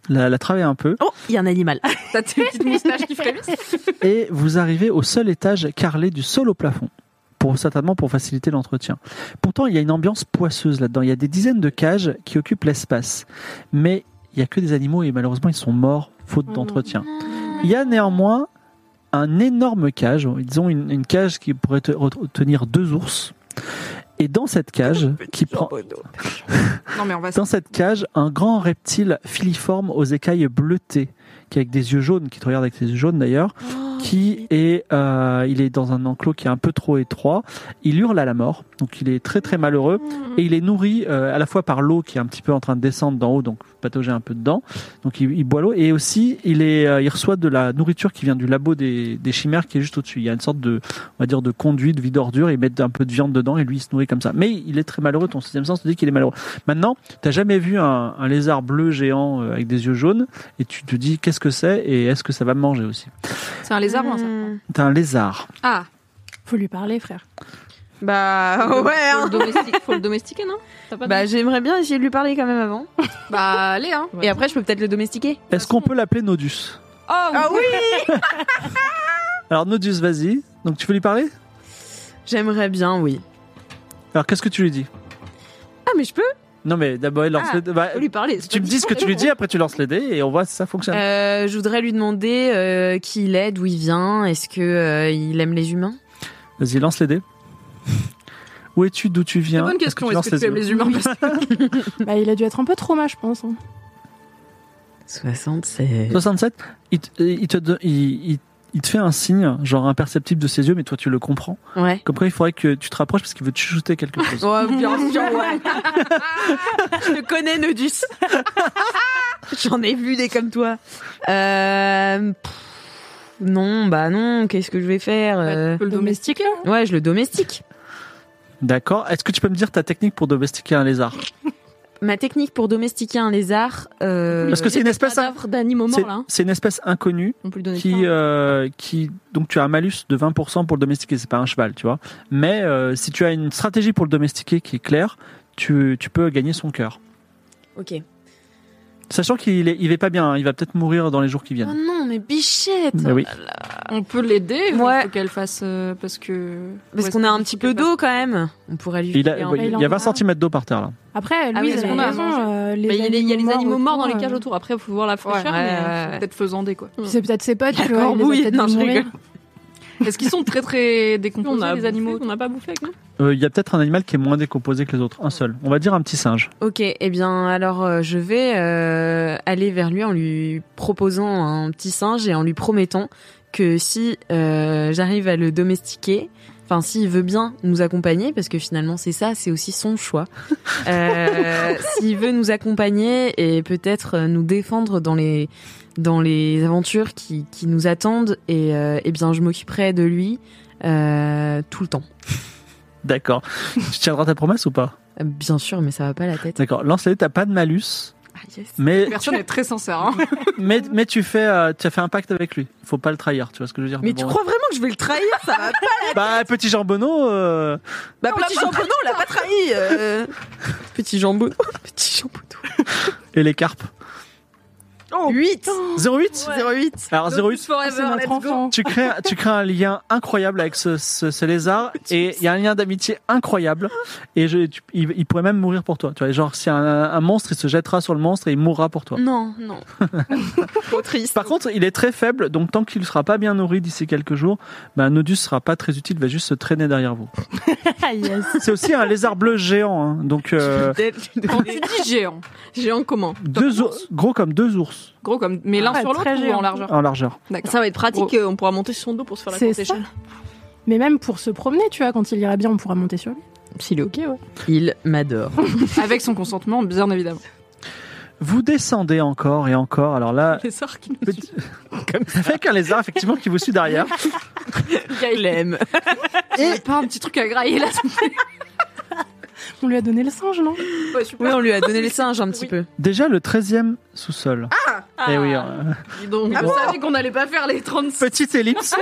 La, la travaille un peu.
Oh, il y a un animal.
T'as tes petites moustaches qui frémissent
Et vous arrivez au seul étage carrelé du sol au plafond. Pour, certainement pour faciliter l'entretien. Pourtant, il y a une ambiance poisseuse là-dedans. Il y a des dizaines de cages qui occupent l'espace. Mais il n'y a que des animaux et malheureusement, ils sont morts faute
Oh.
d'entretien. Il y a néanmoins un énorme cage, disons une, une cage qui pourrait te- re- tenir deux ours. Et dans cette cage, qui prend,
Non mais on va se
dans cette cage, un grand reptile filiforme aux écailles bleutées, qui avec des yeux jaunes, qui te regarde avec des yeux jaunes d'ailleurs, qui est, euh, il est dans un enclos qui est un peu trop étroit. Il hurle à la mort, donc il est très très malheureux et il est nourri euh, à la fois par l'eau qui est un petit peu en train de descendre d'en haut, donc patauger un peu dedans. Donc il, il boit l'eau et aussi il est, euh, il reçoit de la nourriture qui vient du labo des, des chimères qui est juste au-dessus. Il y a une sorte de, on va dire de conduite, vide ordure. Ils mettent un peu de viande dedans et lui il se nourrit comme ça. Mais il est très malheureux. Ton sixième sens te dit qu'il est malheureux. Maintenant, t'as jamais vu un, un lézard bleu géant euh, avec des yeux jaunes et tu te dis qu'est-ce que c'est et est-ce que ça va me manger aussi.
C'est un lézard,
hein,
moi, ça
Hmm.
T'as un lézard.
Ah,
Faut lui parler, frère.
Bah ouais.
Faut
hein.
le, domestique- faut le domestiquer, non T'as pas de-
Bah j'aimerais bien essayer de lui parler quand même avant.
bah allez, hein.
Et après, je peux peut-être le domestiquer.
Est-ce qu'on peut l'appeler Nodus
Oh,
Alors Nodus, vas-y. Donc tu veux lui parler
J'aimerais bien, oui.
Alors qu'est-ce que tu lui dis
Ah mais je peux.
Non mais d'abord il lance
Ah,
les- bah,
faut lui parler. c'est
tu
pas
me dis ce que tu lui dis, après tu lances les dés et on voit si ça fonctionne.
Euh, je voudrais lui demander euh, qui il est, d'où il vient, est-ce que euh, il aime les humains
Euh.
Vas-y, lance les dés. Où es-tu D'où tu
c'est
viens
une bonne question.
Est-ce
Est-ce que tu aimes
lances
les humains parce que-
Bah, il a dû être un peu trauma, je pense. hein.
60, c'est.
67, il te, il, te, don- il- il- il te fait un signe, genre imperceptible de ses yeux, mais toi tu le comprends.
Ouais.
Comme quoi, il faudrait que tu te rapproches parce qu'il veut te chuchoter quelque chose.
Ouais, bien sûr, ouais. je connais Nodus. J'en ai vu des comme toi. Euh, pff, non, bah non, qu'est-ce que je vais faire euh,
Tu peux le domestiquer.
Ouais, je le domestique.
D'accord Est-ce que tu peux me dire ta technique pour domestiquer un lézard
Ma technique pour domestiquer un lézard. euh,
Parce que c'est une espèce,
un cadavre d'animaux
c'est-
morts là. hein.
c'est une espèce inconnue
On peut lui donner.
qui,
Qui,
euh, qui donc tu as un malus de 20% pour le domestiquer, c'est pas un cheval, tu vois. Mais euh, si tu as une stratégie pour le domestiquer qui est claire, tu, tu peux gagner son cœur.
Ok.
Sachant qu'il est, il est pas bien, hein, il va peut-être mourir dans les jours qui
Oh
viennent.
non, mais
Oh
bichette
Mais Bah oui.
Ah,
On peut l'aider ou
Ouais.
il faut qu'elle fasse euh, parce que
Parce qu'on a un petit peu d'eau quand même. On pourrait lui.
Il, a,
filer un-
oui, il y a 20
aura.
cm d'eau par terre là.
Après, lui,
oui,
il
parce
a
qu'on a
raison,
mangé.
euh, les
il y a les- il y a les animaux morts dans les
autour,
cages
euh,
autour. Après, il faut voir la fraîcheur.
Ouais,
mais-
ouais, ouais.
peut-être faisandé quoi.
puis C'est peut-être ses potes, tu vois.
Corbouille.
il les a peut-être
Non,
vus
je
mourir.
rigole.
Est-ce qu'ils sont très très décomposés
On a
les
bouffé,
animaux
On n'a pas bouffé avec nous.
Euh, Il y a peut-être un animal qui est moins décomposé que les autres, un seul. On va dire un petit singe.
Ok, eh bien alors euh, je vais euh, aller vers lui en lui proposant un petit singe et en lui promettant que si euh, j'arrive à le domestiquer, enfin s'il veut bien nous accompagner, parce que finalement c'est ça, c'est aussi son choix. Euh, s'il veut nous accompagner et peut-être euh, nous défendre dans les dans les aventures qui, qui nous attendent, et euh, eh bien je m'occuperai de lui euh, tout le temps.
D'accord. Tu tiendras ta promesse ou pas
Euh, Bien sûr, mais ça va pas la tête.
D'accord. Lance-les, t'as pas de malus,
Ah, yes.
mais,
Personne est très sincère. hein.
mais, mais tu, fais, euh, tu as fait un pacte avec lui. Faut pas le trahir, tu vois ce que je veux dire
Mais tu
Bon.
crois vraiment que je vais le trahir ça va pas
Bah, petit jambonneau, euh,
Bah petit jambonneau, on l'a pas trahi euh. Petit jambonneau, petit jambonneau.
et les carpes.
Oh,
8
08
08
Alors 08,
Lotus Forever,
C'est notre
let's go.
enfant.
tu crées, tu crées un lien incroyable avec ce, ce- ce lézard et il y a un lien d'amitié incroyable et je, tu- il, il pourrait même mourir pour toi. Tu vois, genre si un, un monstre, il se jettera sur le monstre et il mourra pour toi.
Non, non. Trop triste.
Par contre, il est très faible, donc tant qu'il ne sera pas bien nourri d'ici quelques jours, ben Nodus sera pas très utile, va juste se traîner derrière vous.
Ah,
C'est aussi un lézard bleu géant, hein, donc euh,
Quand tu dis géant,
Géant comment
deux ours, gros comme deux ours
gros comme, mais l'un
Ouais,
sur
très
l'autre ou
géant.
en largeur.
en largeur.
D'accord.
Ça va être pratique, euh, on pourra monter sur son dos pour se faire la
C'est
courte
ça.
échelle.
Mais même pour se promener, tu vois, quand il ira bien, on pourra monter sur lui.
S'il est ok, ouais.
Il m'adore.
Avec son consentement, bien évidemment.
Vous descendez encore et encore. Alors là,
Les sorts qui nous
petit- avec un lézard effectivement qui vous suit derrière.
Il aime.
Et pas un petit truc à grailler là.
On lui a donné le singe, non
Ouais,
Oui,
super.
on lui a donné les singes un petit
Oui.
peu.
Déjà le 13e sous-sol. Eh oui,
Ah,
euh,
dis donc,
Ah
on
bon
savait qu'on allait pas faire les 36.
petite ellipse.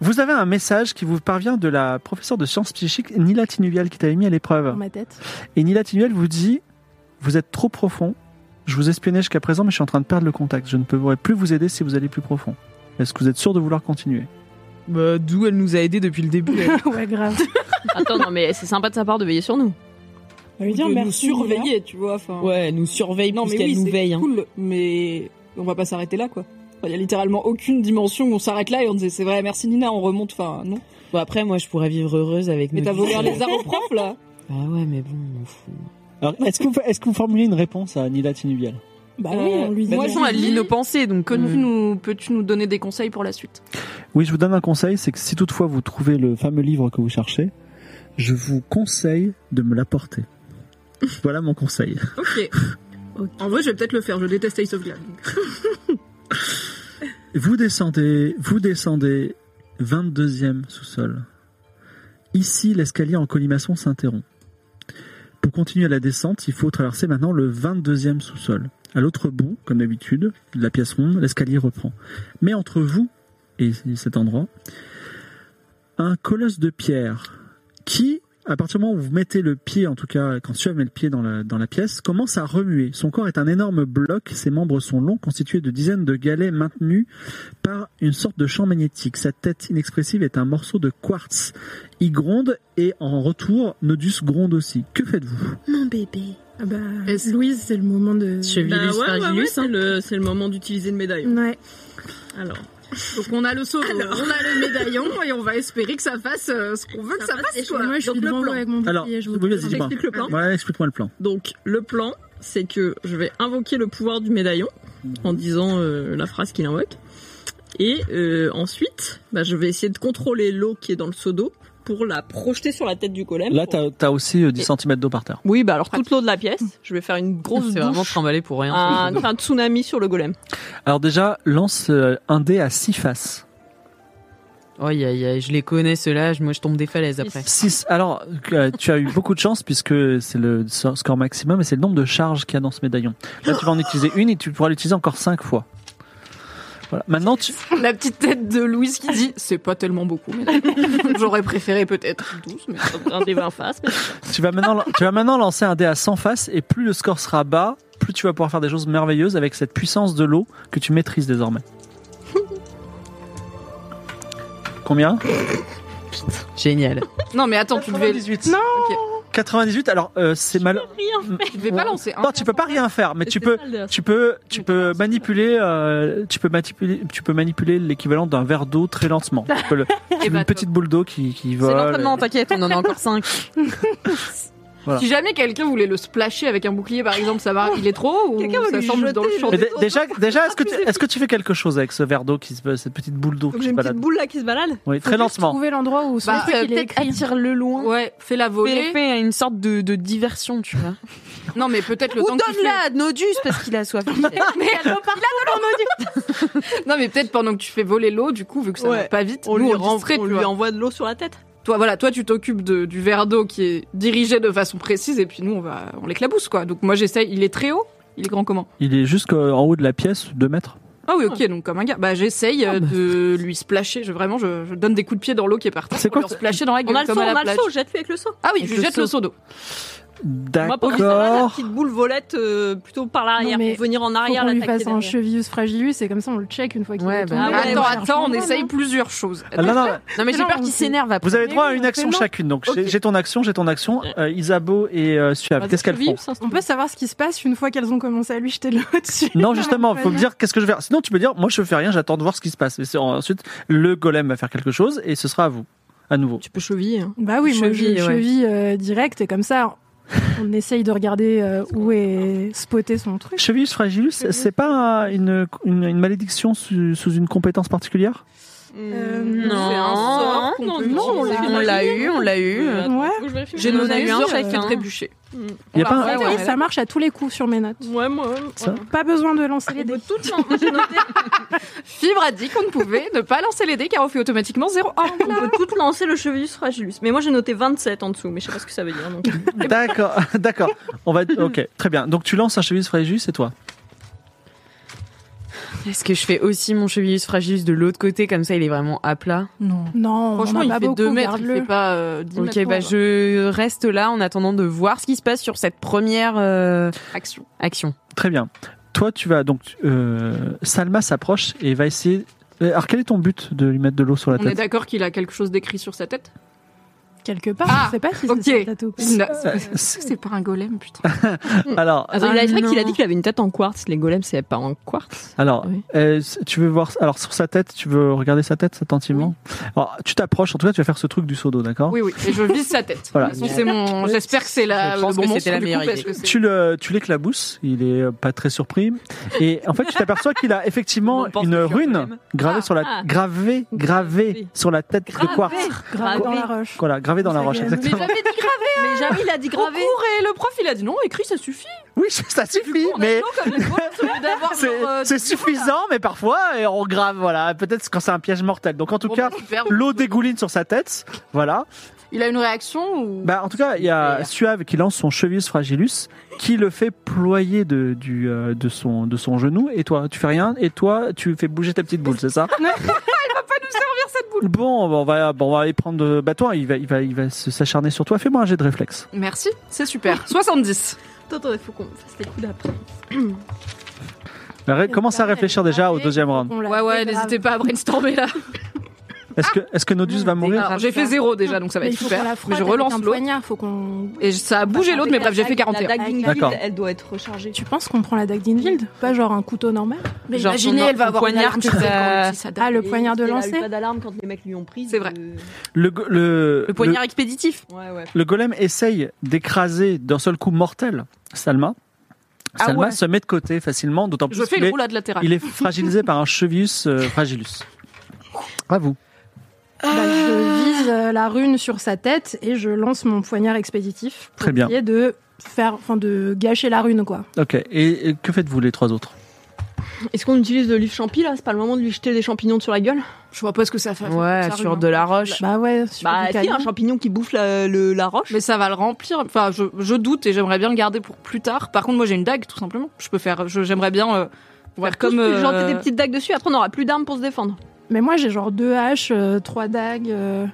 Vous avez un message qui vous parvient de la professeure de sciences psychiques Nila Tinuvial qui t'avait mis à
Dans
l'épreuve.
ma tête.
Et Nila Tinuvial vous dit Vous êtes trop profond. Je vous espionnais jusqu'à présent, mais je suis en train de perdre le contact. Je ne pourrai plus vous aider si vous allez plus profond. Est-ce que vous êtes sûr de vouloir continuer
Bah d'où elle nous a aidés depuis le début.
ouais, grave.
Attends, non, mais c'est sympa de sa part de veiller sur nous.
On va lui dire
de
merci.
nous
Nina.
surveiller, tu vois. Enfin,
Ouais, elle nous surveille
Non,
plus
mais
qu'elle
oui,
nous
c'est
veille. hein.
cool, mais on va pas s'arrêter là, quoi. Enfin, Il y a littéralement aucune dimension où on s'arrête là et on disait c'est vrai, merci Nina, on remonte. Enfin, non.
Bon, après, moi, je pourrais vivre heureuse avec
Mais
Nodus.
t'as volé un lézard au prof, là
Ah ouais, mais bon, on m'en fout.
Alors, est-ce que, vous- est-ce que vous formulez une réponse à Nila Tinuvial
Bah
Euh,
oui, on lui dit.
moi, je
Moi, elle
dis-
lit Ah, nos pensées, donc
Que
euh,
nous, peux-tu nous donner des conseils pour la suite
Oui, je vous donne un conseil c'est que si toutefois vous trouvez le fameux livre que vous cherchez, je vous conseille de me l'apporter. voilà mon conseil.
Ok. En vrai, je vais peut-être le faire, je déteste Ace of
Bah
Glad.
Vous descendez, vous descendez, 22e sous-sol. Ici, l'escalier en colimaçon s'interrompt. Pour continuer la descente, il faut traverser maintenant le 22e sous-sol. À l'autre bout, comme d'habitude, de la pièce ronde, l'escalier reprend. Mais entre vous et cet endroit, un colosse de pierre qui, à partir du moment où vous mettez le pied, en tout cas quand tu met le pied dans la, dans la pièce, commence à remuer. Son corps est un énorme bloc, ses membres sont longs, constitués de dizaines de galets maintenus par une sorte de champ magnétique. Sa tête inexpressive est un morceau de quartz. Il gronde et en retour, Nodus gronde aussi. Que faites-vous
Mon bébé.
Ah bah, Louise, c'est le moment de.
Chevilus fragilis, hein.
le, moment d'utiliser le médaillon.
Ouais.
Alors. Donc on a le saut, on a le médaillon et on va espérer que ça fasse ce qu'on veut que ça, fasse.
Ah, Moi, je suis devant vous avec mon
Alors,
bouclier. je vous
oui, vas-y,
présente.
dis-moi.
le plan.
Ouais, explique-moi le plan.
Donc le plan, c'est que je vais invoquer le pouvoir du médaillon en disant euh, la phrase qu'il invoque. Et euh, ensuite, bah, je vais essayer de contrôler l'eau qui est dans le seau d'eau pour la projeter sur la tête du golem.
Là,
Pour-
t'as as aussi euh, 10 cm d'eau par terre.
Oui, bah alors toute l'eau de la pièce, je vais faire une grosse
c'est vraiment
douche,
trembler pour rien.
un, un tsunami sur le golem.
Alors déjà, lance euh, un dé à 6 faces.
Aïe aïe aïe, je les connais ceux-là, je- moi je tombe des falaises après.
6. Alors, euh, tu as eu beaucoup de chance puisque c'est le so- score maximum et c'est le nombre de charges qu'il y a dans ce médaillon. Là, tu vas en utiliser une et tu pourras l'utiliser encore 5 fois. Voilà. Maintenant, tu,
La petite tête de Louise qui dit c'est pas tellement beaucoup. mais d'accord. J'aurais préféré peut-être 12, mais
Un des 20 faces. mais-
tu, vas maintenant, tu vas maintenant lancer un dé à 100 faces et plus le score sera bas, plus tu vas pouvoir faire des choses merveilleuses avec cette puissance de l'eau que tu maîtrises désormais. Combien
Génial.
non, mais attends, tu devais,
98. Alors, euh, c'est mal.
tu devais hein. pas lancer. un.
Non, tu peux pas rien faire, mais tu peux, tu peux, tu peux manipuler, euh, tu peux manipuler, tu peux manipuler l'équivalent d'un verre d'eau très lentement. Tu peux le- tu
Eh
veux
ben,
une petite boule d'eau qui, qui
C'est
vole.
l'entraînement, t'inquiète, on en a encore 5.
Voilà.
Si jamais quelqu'un voulait le splasher avec un bouclier, par exemple, ça va, il est trop haut
Quelqu'un
ou
va
ça
lui
semble
jeter
dans le champ
Mais
le-
des
dé-
autres
déjà, déjà est-ce que, tu- est-ce que tu fais quelque chose avec ce verre d'eau, qui se, cette petite boule d'eau
Donc
qui
j'ai
se
une petite
balade
boule là qui se balade.
Oui, très lentement.
Trouver l'endroit où son
Bah,
truc,
euh,
il est
peut-être
écrit.
le loin.
Ouais, fais-la voler.
Fais, fais une sorte de, de diversion, tu vois.
Non, mais peut-être le
Ou
temps que tu fais-
donne-la à Nodus parce qu'il a soif.
Mais Non, mais peut-être pendant que tu fais voler l'eau, du coup, vu que ça
Ouais.
va pas vite,
On lui,
nous, on distrait,
renvoie- on
tu
lui
vois.
envoie de l'eau sur la tête.
Toi, voilà, toi, tu t'occupes de- du verre d'eau qui est dirigé de façon précise, et puis nous, on va, on l'éclabousse, quoi. Donc moi, j'essaye. Il est très haut. Il est grand comment
Il est jusqu'en haut de la pièce, 2 mètres.
Ah oui, ok, donc comme un gars. Bah, j'essaye
Ah,
euh, de lui splasher. Je, vraiment, je, je donne des coups de pied dans l'eau qui est par terre.
C'est quoi
pour lui en splasher dans la gueule
On a le
comme
seau,
à la
on a le
plage.
seau, jette-lui avec le seau.
Ah oui,
Avec
je
le
jette le
seau.
seau d'eau.
Moi, pour lui, ça va, la
D'accord.
petite boule volette euh, plutôt par l'arrière,
Non, mais
pour venir en
Faut
arrière,
qu'on lui
l'attaquer
fasse un
derrière.
chevius fragilus et comme ça on le check une fois qu'il
Ouais,
est
bah,
tombé.
Ah ouais,
attends,
ouais,
attends, on
franchement,
essaye
non.
plusieurs choses.
Ah, Non, non,
Non, mais j'ai
Non,
peur
on
qu'il
fait-
s'énerve après.
vous avez droit à
oui,
une action
mais non.
chacune. Donc j'ai-
Ok.
j'ai ton action, j'ai ton action. Euh, Isabeau et euh, Suave, qu'est-ce qu'elles font
On peut savoir ce qui se passe une fois qu'elles ont commencé à lui jeter de l'eau dessus.
Non, justement, faut me dire qu'est-ce que je vais faire. Sinon, tu peux dire, moi, je fais rien, j'attends de voir ce qui se passe. Et c'est- ensuite, le golem va faire quelque chose et ce sera à vous, à nouveau.
Tu peux cheviller. hein.
Bah oui, moi je
Cheville, ouais.
cheville euh, direct et comme ça on essaye de regarder euh, où est spoté son truc.
Cheville fragilus, c'est pas un- une, une, une malédiction sous, sous une compétence particulière
Euh,
Non,
C'est un sort qu'on peut
non,
utiliser.
on l'a eu, on l'a eu.
Euh, attends,
Ouais.
faut que je vérifie.
J'ai
On en a
donné
eu
un
un
chèque.
chacun.
Chacun trébuché.
Mm.
Il y a pas un-
Ça,
Ah ouais,
ça marche à tous les coups sur mes notes.
Ouais, moi, ouais,
Ça.
ouais.
Pas besoin de lancer les
On
dés.
peut tout le temps, j'ai noté.
Fibre a dit qu'on ne pouvait ne pas lancer les dés car on fait automatiquement Oh, 0 1
On peut toutes lancer le chevillus fragilus. Mais moi j'ai noté 27 en dessous, mais je sais pas ce que ça veut dire. Donc.
Ah,
D'accord, d'accord. On va, ok, très bien. Donc tu lances un cheville fragilus, c'est toi.
Est-ce que je fais aussi mon chevillus fragilis de l'autre côté comme ça il est vraiment à plat
Non.
Non,
Franchement,
on en a
il
pas
fait
beaucoup,
2 mètres, il
garde-le.
fait pas euh, 10
Ok,
mètres.
bah
quoi.
je reste là en attendant de voir ce qui se passe sur cette première euh,
Action.
action.
Très bien. Toi, tu vas donc. euh, Salma s'approche et va essayer. Euh, Alors, quel est ton but de lui mettre de l'eau sur la
On est
tête
d'accord qu'il a quelque chose d'écrit sur sa tête
Quelque part,
Ah,
je sais pas si
ok.
c'est ça tatou.
Euh,
C'est pas un golem, putain.
Alors,
Attends, il
Ah
a, je crois qu'il a
non.
dit qu'il avait une tête en quartz. Les golems, c'est pas en quartz.
Alors,
Oui.
euh, tu veux voir alors sur sa tête, tu veux regarder sa tête attentivement. Alors, tu t'approches. En tout cas, tu vas faire ce truc du seau d'eau, d'accord
Oui, oui, et je vise sa tête.
Voilà.
De toute façon, c'est mon. J'espère que c'est la.
Je pense
le bon
que
monstre,
c'était la
du coup,
meilleure
parce
idée.
que c'est-
Tu le, tu l'éclabousses. Il est euh, pas très surpris. Et en fait, tu t'aperçois qu'il a effectivement
On pense
une
que tu as un
rune
problème.
gravée
Ah,
sur la
ah.
gravée, gravée
Gravée.
sur la tête de quartz.
Gravé dans la roche.
Voilà, gravée dans la
Ça,
roche,
j'aime.
Mais
exactement.
j'avais dit gravé,
Mais jamais il a dit
on
gravé.
court et le prof il a dit non, écrit ça suffit.
Oui, ça suffit,
On a
mais
le dos comme les golems, au lieu d'avoir
c'est
genre, euh,
c'est suffisant, mais parfois euh, on grave, voilà. Peut-être quand c'est un piège mortel. Donc en tout
bon,
cas,
bah, super.
l'eau dégouline sur sa tête, voilà.
Il a une réaction ou.
Bah, en tout cas, il y a Suave qui lance son chevillus fragilus, qui le fait ployer de, du, euh, de, son, de son genou. Et toi, tu fais rien. Et toi, tu fais bouger ta petite boule, c'est ça Elle va pas nous servir cette boule. Bon, bah, on va, bon, on va aller prendre le bâton. Il va, il va, il va se- s'acharner sur toi. Fais-moi un jet de réflexe.
Merci, c'est super. 70.
Attends, attends, il faut qu'on fasse les coups d'après.
Bah, ré- Commence à réfléchir déjà au deuxième round.
On l'a
Ouais, ouais,
dégravé.
n'hésitez pas à brainstormer là.
Est-ce que, est-ce que Nodus va mourir
Alors, J'ai fait zéro déjà, donc ça va
Mais
être
il faut qu'on
super.
la
Mais
frotte
je relance
avec un
l'autre.
poignard, faut qu'on...
Et ça a bougé l'autre, mais bref, j'ai fait 41.
La dague d'Ingrid,
D'accord.
elle doit être rechargée.
Tu penses qu'on prend la dague d'Infield Pas genre un couteau normal
Mais
Genre
imaginez,
son-
elle va
son
avoir une
poignard
alarme
que
qui
t'as-
s'appelle sa dague.
Ah, le poignard de
Elle a eu
lancer
pas d'alarme quand les mecs lui ont pris.
C'est
de-
vrai.
le, go- le,
Le poignard expéditif.
Ouais, ouais.
le golem essaye d'écraser d'un seul coup mortel Salma.
Ah
Salma
ouais.
se met de côté facilement, d'autant plus
ah, Je fais
qu'il
une
est-
roulade latérale.
Il est fragilisé par un chevius euh, fragilus. À vous.
Bah,
Ah.
Je vise euh, la rune sur sa tête et je lance mon poignard expéditif pour
Très bien.
essayer de faire, enfin de gâcher la rune quoi.
Ok. Et, et que faites-vous les trois autres
Est-ce qu'on utilise le livre champi là C'est pas le moment de lui jeter des champignons sur la gueule
Je vois pas ce que ça fait. Ça
Ouais, sur
rime,
de
hein.
la roche.
Bah ouais. sur
Bah, si,
du canon.
un champignon qui bouffe la, le- la roche.
Mais ça va le remplir. Enfin, je, je doute et j'aimerais bien le garder pour plus tard. Par contre, moi, j'ai une dague, tout simplement. Je peux faire. je- J'aimerais bien euh, faire comme.
Tous,
euh,
jeter des petites dagues dessus, après on aura plus d'armes pour se défendre.
Mais moi j'ai genre deux haches, euh, trois dagues. euh.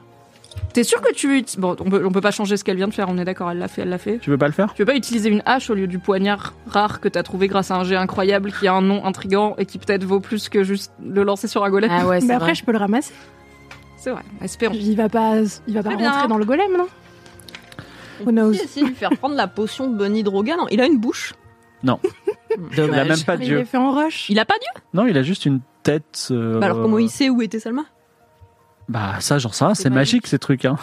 T'es sûr que tu veux uti- Bon, on peut, on peut pas changer ce qu'elle vient de faire. On est d'accord. Elle l'a fait. Elle l'a fait.
Tu veux pas le faire
Tu veux pas utiliser une hache au lieu du poignard rare que t'as trouvé grâce à un jet incroyable qui a un nom intrigant et qui peut-être vaut plus que juste le lancer sur un golem
Ah ouais, c'est
Mais
vrai.
après je peux le ramasser.
C'est vrai. Espérons.
Il va pas, il va pas
Très bien.
rentrer dans le golem non Who
On
knows
peut essayer de lui faire prendre la potion de Bonidroga. Non, il a une bouche.
Il a même pas de
Mais Il est
dieu.
fait en roche.
Il a pas d'yeux.
Non, il a juste une tête. euh,
Bah alors comment il sait où était Salma
Bah ça, j'en sais rien,
C'est
c'est magique ces trucs. Hein.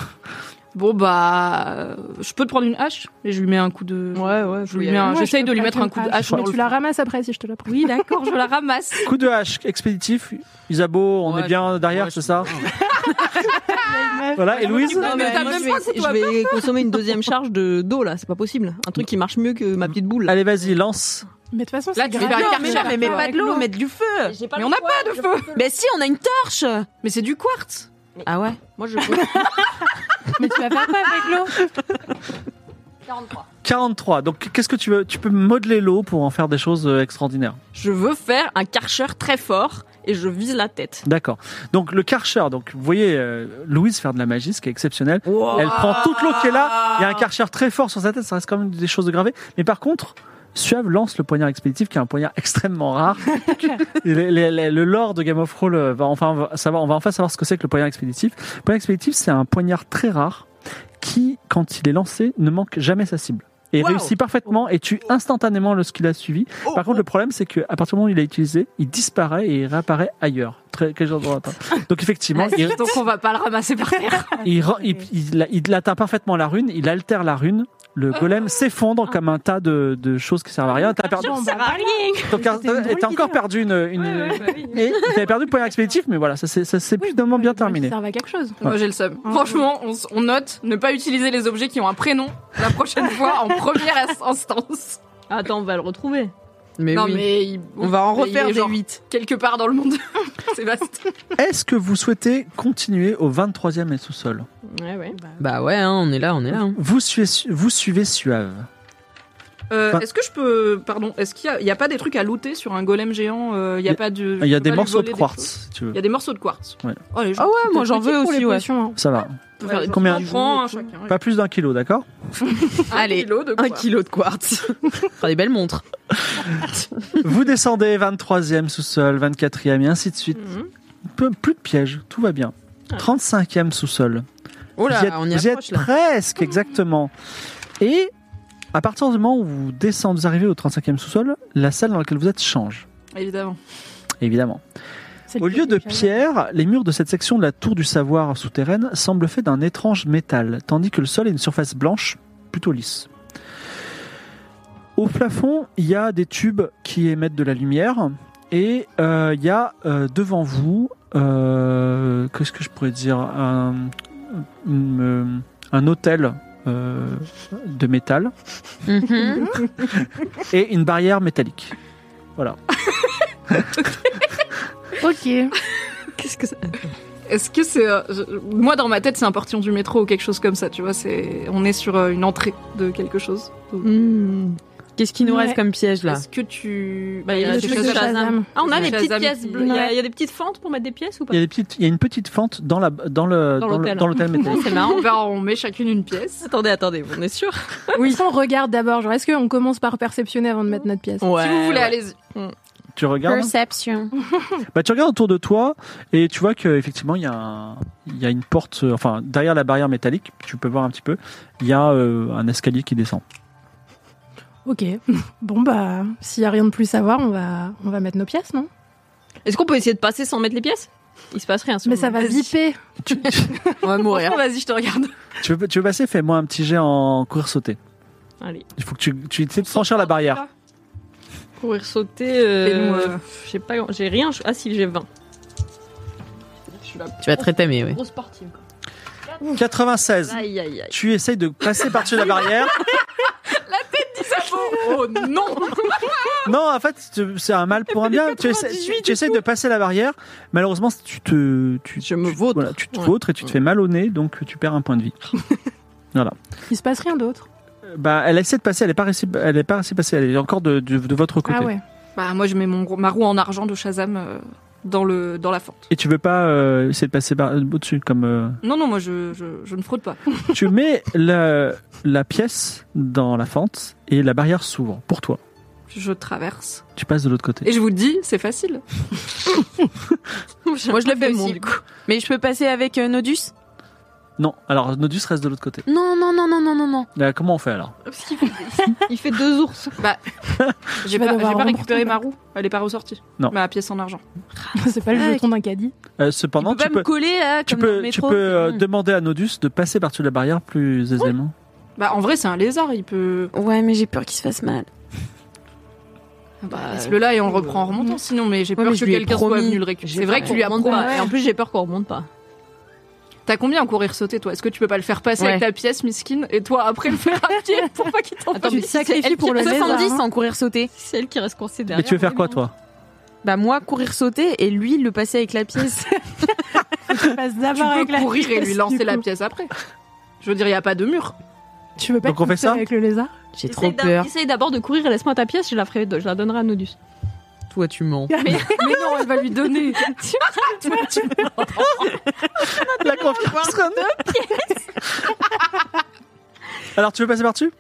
Bon bah, euh, je peux te prendre une hache et je lui mets un coup de.
Ouais, ouais,
Je lui mets un-
Moi,
J'essaye
je
de lui
peux
mettre
pas
un coup de
faire
hache. dans
Mais
le
tu la ramasses après si je te la prends.
Oui, d'accord, je la ramasse.
Coup de hache expéditif. Isabeau, on
Ouais,
est bien derrière,
ouais,
c'est ça Voilà, et Louise
Non, Ah, mais t'as
moi,
même
je
pas
vais,
toi,
je vais consommer une deuxième charge de d'eau là, c'est pas possible. Un truc qui marche mieux que ma petite boule. là.
Allez, vas-y, lance.
Mais de toute façon,
Là,
c'est
tu
grave.
vas
non,
faire
mais,
chercher
non, mais mets
avec
pas de l'eau, mets du feu.
Mais on n'a pas de feu.
Mais si, on a une torche.
Mais c'est du quartz.
Ah ouais.
Moi je
Mais tu vas faire quoi avec l'eau
43. Donc, qu'est-ce que tu veux Tu peux modeler l'eau pour en faire des choses euh, extraordinaires.
je veux faire un karcher très fort et je vise la tête.
D'accord. Donc, le karcher. Donc, vous voyez euh, Louise faire de la magie, ce qui est exceptionnel. Elle prend toute l'eau qui est là. Il y a un karcher très fort sur sa tête. Ça reste quand même des choses de gravées. Mais par contre, Suave lance le poignard expéditif, qui est un poignard extrêmement rare. Les- les- les- le lore de Game of Thrones euh, va enfin va savoir, on va enfin savoir ce que c'est que le poignard expéditif. Le poignard expéditif, c'est un poignard très rare qui, quand il est lancé, ne manque jamais sa cible. Et
Wow.
réussit parfaitement et tue instantanément le qu'il a suivi. Par contre, le problème, c'est qu'à partir du moment où il a utilisé, il disparaît et il réapparaît ailleurs. Très, quel genre de droit, hein. Donc effectivement, il,
Donc on va pas le ramasser par terre.
il, re- il, il- il atteint parfaitement la rune, il altère la rune, le
Oh.
golem s'effondre comme un tas de, de choses qui servent
Ah,
à rien. T'as perdu,
Bon, bah,
ton car-
c'était une drôle
et t'as encore
d'idée, hein.
perdu une... une
bah
et t'avais perdu le point expéditif, mais voilà, ça s'est ça s'est finalement bien terminé.
Ils servent à quelque chose.
Moi j'ai le seum. Franchement, on, s- on note ne pas utiliser les objets qui ont un prénom la prochaine fois en première ins- instance.
Attends, on va le retrouver.
Mais
non
Eh oui.
mais il-
On va en
mais il est
refaire des
genre
8.
quelque part dans le monde. Sébastien.
Est-ce que vous souhaitez continuer au 23e et sous-sol
Ouais, ouais.
Bah ouais, hein, on est là, on est là. hein.
vous suivez, vous suivez Suave.
Euh,
Enfin-
est-ce que je peux pardon, est-ce qu'il y a, il y a pas des trucs à looter sur un golem géant euh, Il y a pas de
Il y
je
a
peux
des
pas lui
morceaux de
voler des choses
quartz, si tu veux.
Il y a des morceaux de quartz.
Ouais.
Oh les gens.
Ah ouais, moi j'en
Petit
veux
pour les
aussi, ouais.
potions, hein.
Ça va.
on peut faire des-
Combien
on en prend un chacun. ouais.
Pas plus d'un kilo, d'accord
Allez,
kilo de
Un
quartz.
kilo de quartz. Fera des belles montres.
Vous descendez 23e sous-sol, 24e et ainsi de suite.
Mhm.
Peu- plus de pièges, tout va bien. 35e sous-sol.
Ah. Oh là,
vous y êtes,
on y
vous y
approche
êtes
là.
presque, exactement. Et à partir du moment où vous descendez, vous arrivez au 35e sous-sol, la salle dans laquelle vous êtes change,
Évidemment.
évidemment.
C'est le
Au lieu de
piège.
pierre, les murs de cette section de la tour du savoir souterraine semblent faits d'un étrange métal, tandis que le sol est une surface blanche, plutôt lisse. Au plafond, il y a des tubes qui émettent de la lumière, et euh, il y a euh, devant vous, euh, qu'est-ce que je pourrais dire, un, une, euh, un hôtel euh, de métal
Mhm.
Mm-hmm.
et une barrière métallique.
Ok.
Qu'est-ce que ça
Est-ce que c'est euh, je- moi dans ma tête c'est un portillon du métro ou quelque chose comme ça, tu vois, c'est on est sur euh, une entrée de quelque chose. Donc,
Hmm.
Qu'est-ce qui nous
Ouais.
reste comme piège là
Est-ce que tu
Bah, il y a
Le
des
truc de
choses à-
Shazam.
Ah, on a
Ouais.
les petites
Shazam.
pièces bleues. Il y, a- il y a des petites fentes pour mettre des pièces ou pas
Il y a, des petites, il y a une petite fente dans la dans le
Dans
dans le-
l'hôtel.
dans l'hôtel métallique.
C'est marrant.
On va- Ben, on met chacune une pièce.
attendez, attendez, on est sûr
Oui. On regarde d'abord. Genre, est-ce qu'on commence par perceptionner avant de mettre notre pièce
si vous voulez,
ouais.
allez-y.
Tu regardes hein
Perception.
Bah, tu regardes autour de toi et tu vois qu'effectivement, il y, a un- il y a une porte, euh, enfin, derrière la barrière métallique, tu peux voir un petit peu, il y a euh, un escalier qui descend.
Ok. Bon, bah, s'il n'y a rien de plus à voir, on va, on va mettre nos pièces, non
Est-ce qu'on peut essayer de passer sans mettre les pièces Il se passe rien.
Mais ça va viper.
On va mourir.
Franchement, vas-y, je te regarde.
Tu veux, tu veux passer Fais-moi un petit jet en courir sauter.
Allez.
Il faut que tu, tu essaies de franchir la barrière.
Courir, sauter. euh,
Fais-nous, euh,
Je sais pas, j'ai rien. je- Ah si, j'ai 20.
Tu vas très t'aimer, oui.
Grosse sportive.
96.
Aïe aïe aïe.
Tu essayes de passer par-dessus la barrière.
Oh non
Non, en fait, tu- c'est un mal pour un bien. Tu essaies, tu essaies de passer la barrière. Malheureusement, tu te. Tu,
Je me
tu-
vautre.
voilà, tu te
Ouais.
vautres et tu te fais mal au nez, donc tu perds un point de vie.
Il se passe rien d'autre.
Bah, elle essaie de passer, elle n'est pas réussi, elle est pas réussi à passer, elle est encore de, de- de votre côté.
Ah ouais.
Bah, moi, je mets mon, gros- ma roue en argent de Shazam euh, dans, le, dans la fente.
Et tu veux pas euh, essayer de passer par au-dessus comme euh,
Non, non, moi, je, je, je ne fraude pas.
tu mets la, la pièce dans la fente et la barrière s'ouvre pour toi.
Je traverse.
Tu passes de l'autre côté.
Et je vous le dis, c'est facile.
Moi je le fais
Aussi.
mon du coup. Mais je peux passer avec euh, Nodus
Non, alors Nodus reste de l'autre côté.
Non, non, non, non,
non,
non,
non, non.
Là, comment on fait alors
Parce qu'il fait, il fait deux ours. Bah, j'ai
Tu vas
pas, j'ai
devoir
pas
rembourser
récupéré
le
ma roue. Elle est pas ressortie.
Non.
Ma pièce en argent.
C'est pas le jeton d'un caddie.
Euh,
Il
Cependant,
peut pas
tu peux,
me coller là,
tu
comme dans le
peux, tu
métro.
peux, euh,
Mm.
demander à Nodus de passer par-dessus la barrière plus aisément.
Bah, en vrai, c'est un lézard. Il peut.
Ouais, mais j'ai peur qu'il se fasse mal.
Bah, Laisse-le là et on le reprend en remontant. Sinon, mais j'ai
Ouais,
peur
mais je
que
lui ai
quelqu'un soit
promis.
venu le récupérer.
J'ai
C'est vrai
pas
que tu lui as
remonte pas.
promis.
Et en plus, j'ai peur qu'on remonte pas.
T'as combien en courir sauter, toi Est-ce que tu peux pas le faire passer
Ouais.
avec ta pièce, Miskin, et toi après le faire à pied pour pas qu'il t'en
Attends,
fasse
tu te sacrifies pour le 70
Hein.
en courir sauter.
C'est elle qui reste coincée derrière.
Mais tu veux faire quoi, toi
Bah moi courir sauter et lui le passer avec la pièce.
Tu passes d'abord
Tu
avec
peux
la
courir et lui
pièce,
lancer
du
la
coup.
pièce après. Je veux dire, il y a pas de mur.
Tu veux pas
Donc on fait
te pousser
ça
avec le lézard
J'ai trop peur.
Essaye d'abord de courir et laisse-moi ta pièce, je la, ferai, je la donnerai à Nodus.
Toi tu mens.
Mais non, elle va lui donner.
La confiance Alors, tu veux passer par-dessus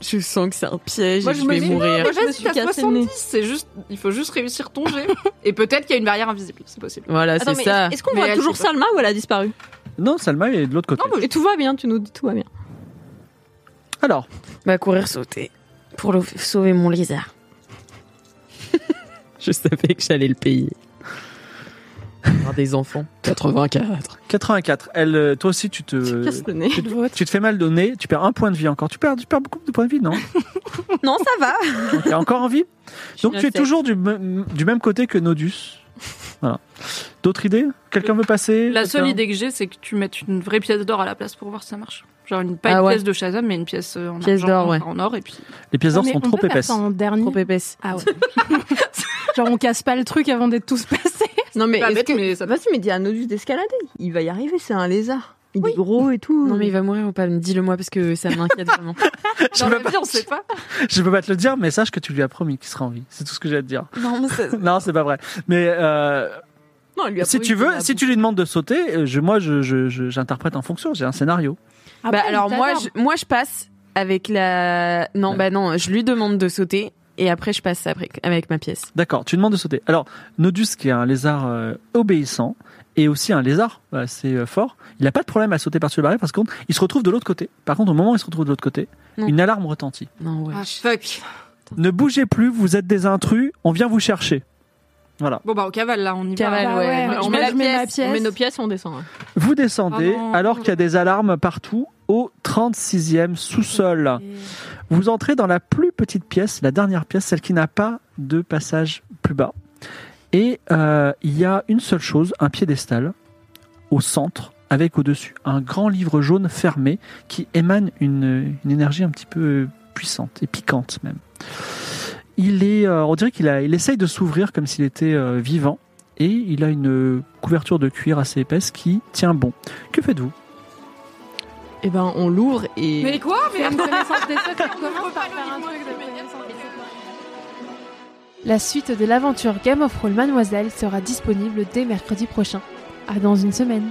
Je sens que c'est un piège
Moi,
et
je
je
me
vais
dis,
mourir.
Mais
je me
vas-y,
suis
t'as
cassé le nez.
70, c'est juste, il faut juste réussir ton jet. Et peut-être qu'il y a une barrière invisible, c'est possible.
Voilà,
Attends,
c'est
mais
ça.
Est-ce qu'on
Mais
voit
elle,
toujours
c'est pas- Ah, bah,
Salma ou elle a disparu
Non, Salma est de l'autre côté.
Et tout va bien, tu nous dis tout va bien.
Alors,
Bah courir sauter pour le- sauver mon lézard. je savais que j'allais le payer. Avoir des enfants. 84.
84. Elle, euh, toi aussi, tu
Tu
te,
casses le nez.
tu te, tu te fais mal donner. Tu perds un point de vie encore. Tu perds, tu perds beaucoup de points de vie, non
Non, ça va.
T'es encore en vie
suis
Donc, tu es
infecte.
toujours du, me- du même côté que Nodus. Voilà. D'autres idées Quelqu'un veut passer
La
Quelqu'un
seule idée que j'ai, c'est que tu mettes une vraie pièce d'or à la place pour voir si ça marche. Genre une, pas
Ah
une
ouais.
pièce de Shazam, mais une pièce euh, en
Pièce
argent,
d'or, ouais.
en or, et puis
Les pièces
Non,
d'or
mais
sont
on
trop
peut faire
épaisses.
ça en dernier.
Trop épaisse.
Ah ouais. Genre on casse pas le truc avant d'être tous passés.
Non, mais.
Pas
est-ce
bête,
que-
mais ça-
Vas-y, mais dis à Nodus d'escalader. Il va y arriver, c'est un lézard. Il est gros et tout.
Non mais il va mourir ou pas Dis-le moi parce que ça m'inquiète vraiment.
dans
peux
la vie, on sait pas.
Je peux pas te le dire, mais sache que tu lui as promis qu'il sera en vie. C'est tout ce que j'ai à te dire.
non mais ça...
Non, c'est pas vrai. Mais euh,
Non, elle lui a
si
promis
tu
qu'il
veux,
la
si tu lui demandes de sauter, euh, je, moi, je- je- je- j'interprète en fonction. J'ai un scénario.
bah alors moi je, moi je passe avec la non
Ouais.
bah non je lui demande de sauter et après je passe après avec ma pièce.
D'accord, tu demandes de sauter. Alors, Nodus, qui est un lézard euh, obéissant, et aussi un lézard assez euh, fort, il n'a pas de problème à sauter par-dessus le barrière, parce contre, il se retrouve de l'autre côté. Par contre, au moment où il se retrouve de l'autre côté,
Non.
une alarme retentit.
Non ouais.
Ah, fuck.
Ne bougez plus, vous êtes des intrus, on vient vous chercher. Voilà.
Bon, bah, au cavale, là, on y
Cavale,
va.
Bah ouais,
ouais.
je
mets
mets,
la
je mets ma
pièce,
On
pièce.
met nos pièces, on descend. hein.
Vous descendez,
Oh non.
alors qu'il y a des alarmes partout, au 36e sous-sol. Vous entrez dans la plus petite pièce, la dernière pièce, celle qui n'a pas de passage plus bas. Et euh, il y a une seule chose, un piédestal au centre, avec au-dessus un grand livre jaune fermé qui émane une, une énergie un petit peu puissante et piquante même. Il est, euh, on dirait qu'il a, il essaye de s'ouvrir comme s'il était euh, vivant et il a une couverture de cuir assez épaisse qui tient bon. Que faites-vous
Et Eh ben, on l'ouvre et.
Mais quoi Mais
Une connaissance des secrets, on
On
commence
peut pas
par
le
faire un
dire,
truc de
mais il y a
connaissance des secrets.
La suite de l'aventure Game of Roll Mademoiselle sera disponible dès mercredi prochain. À dans une semaine.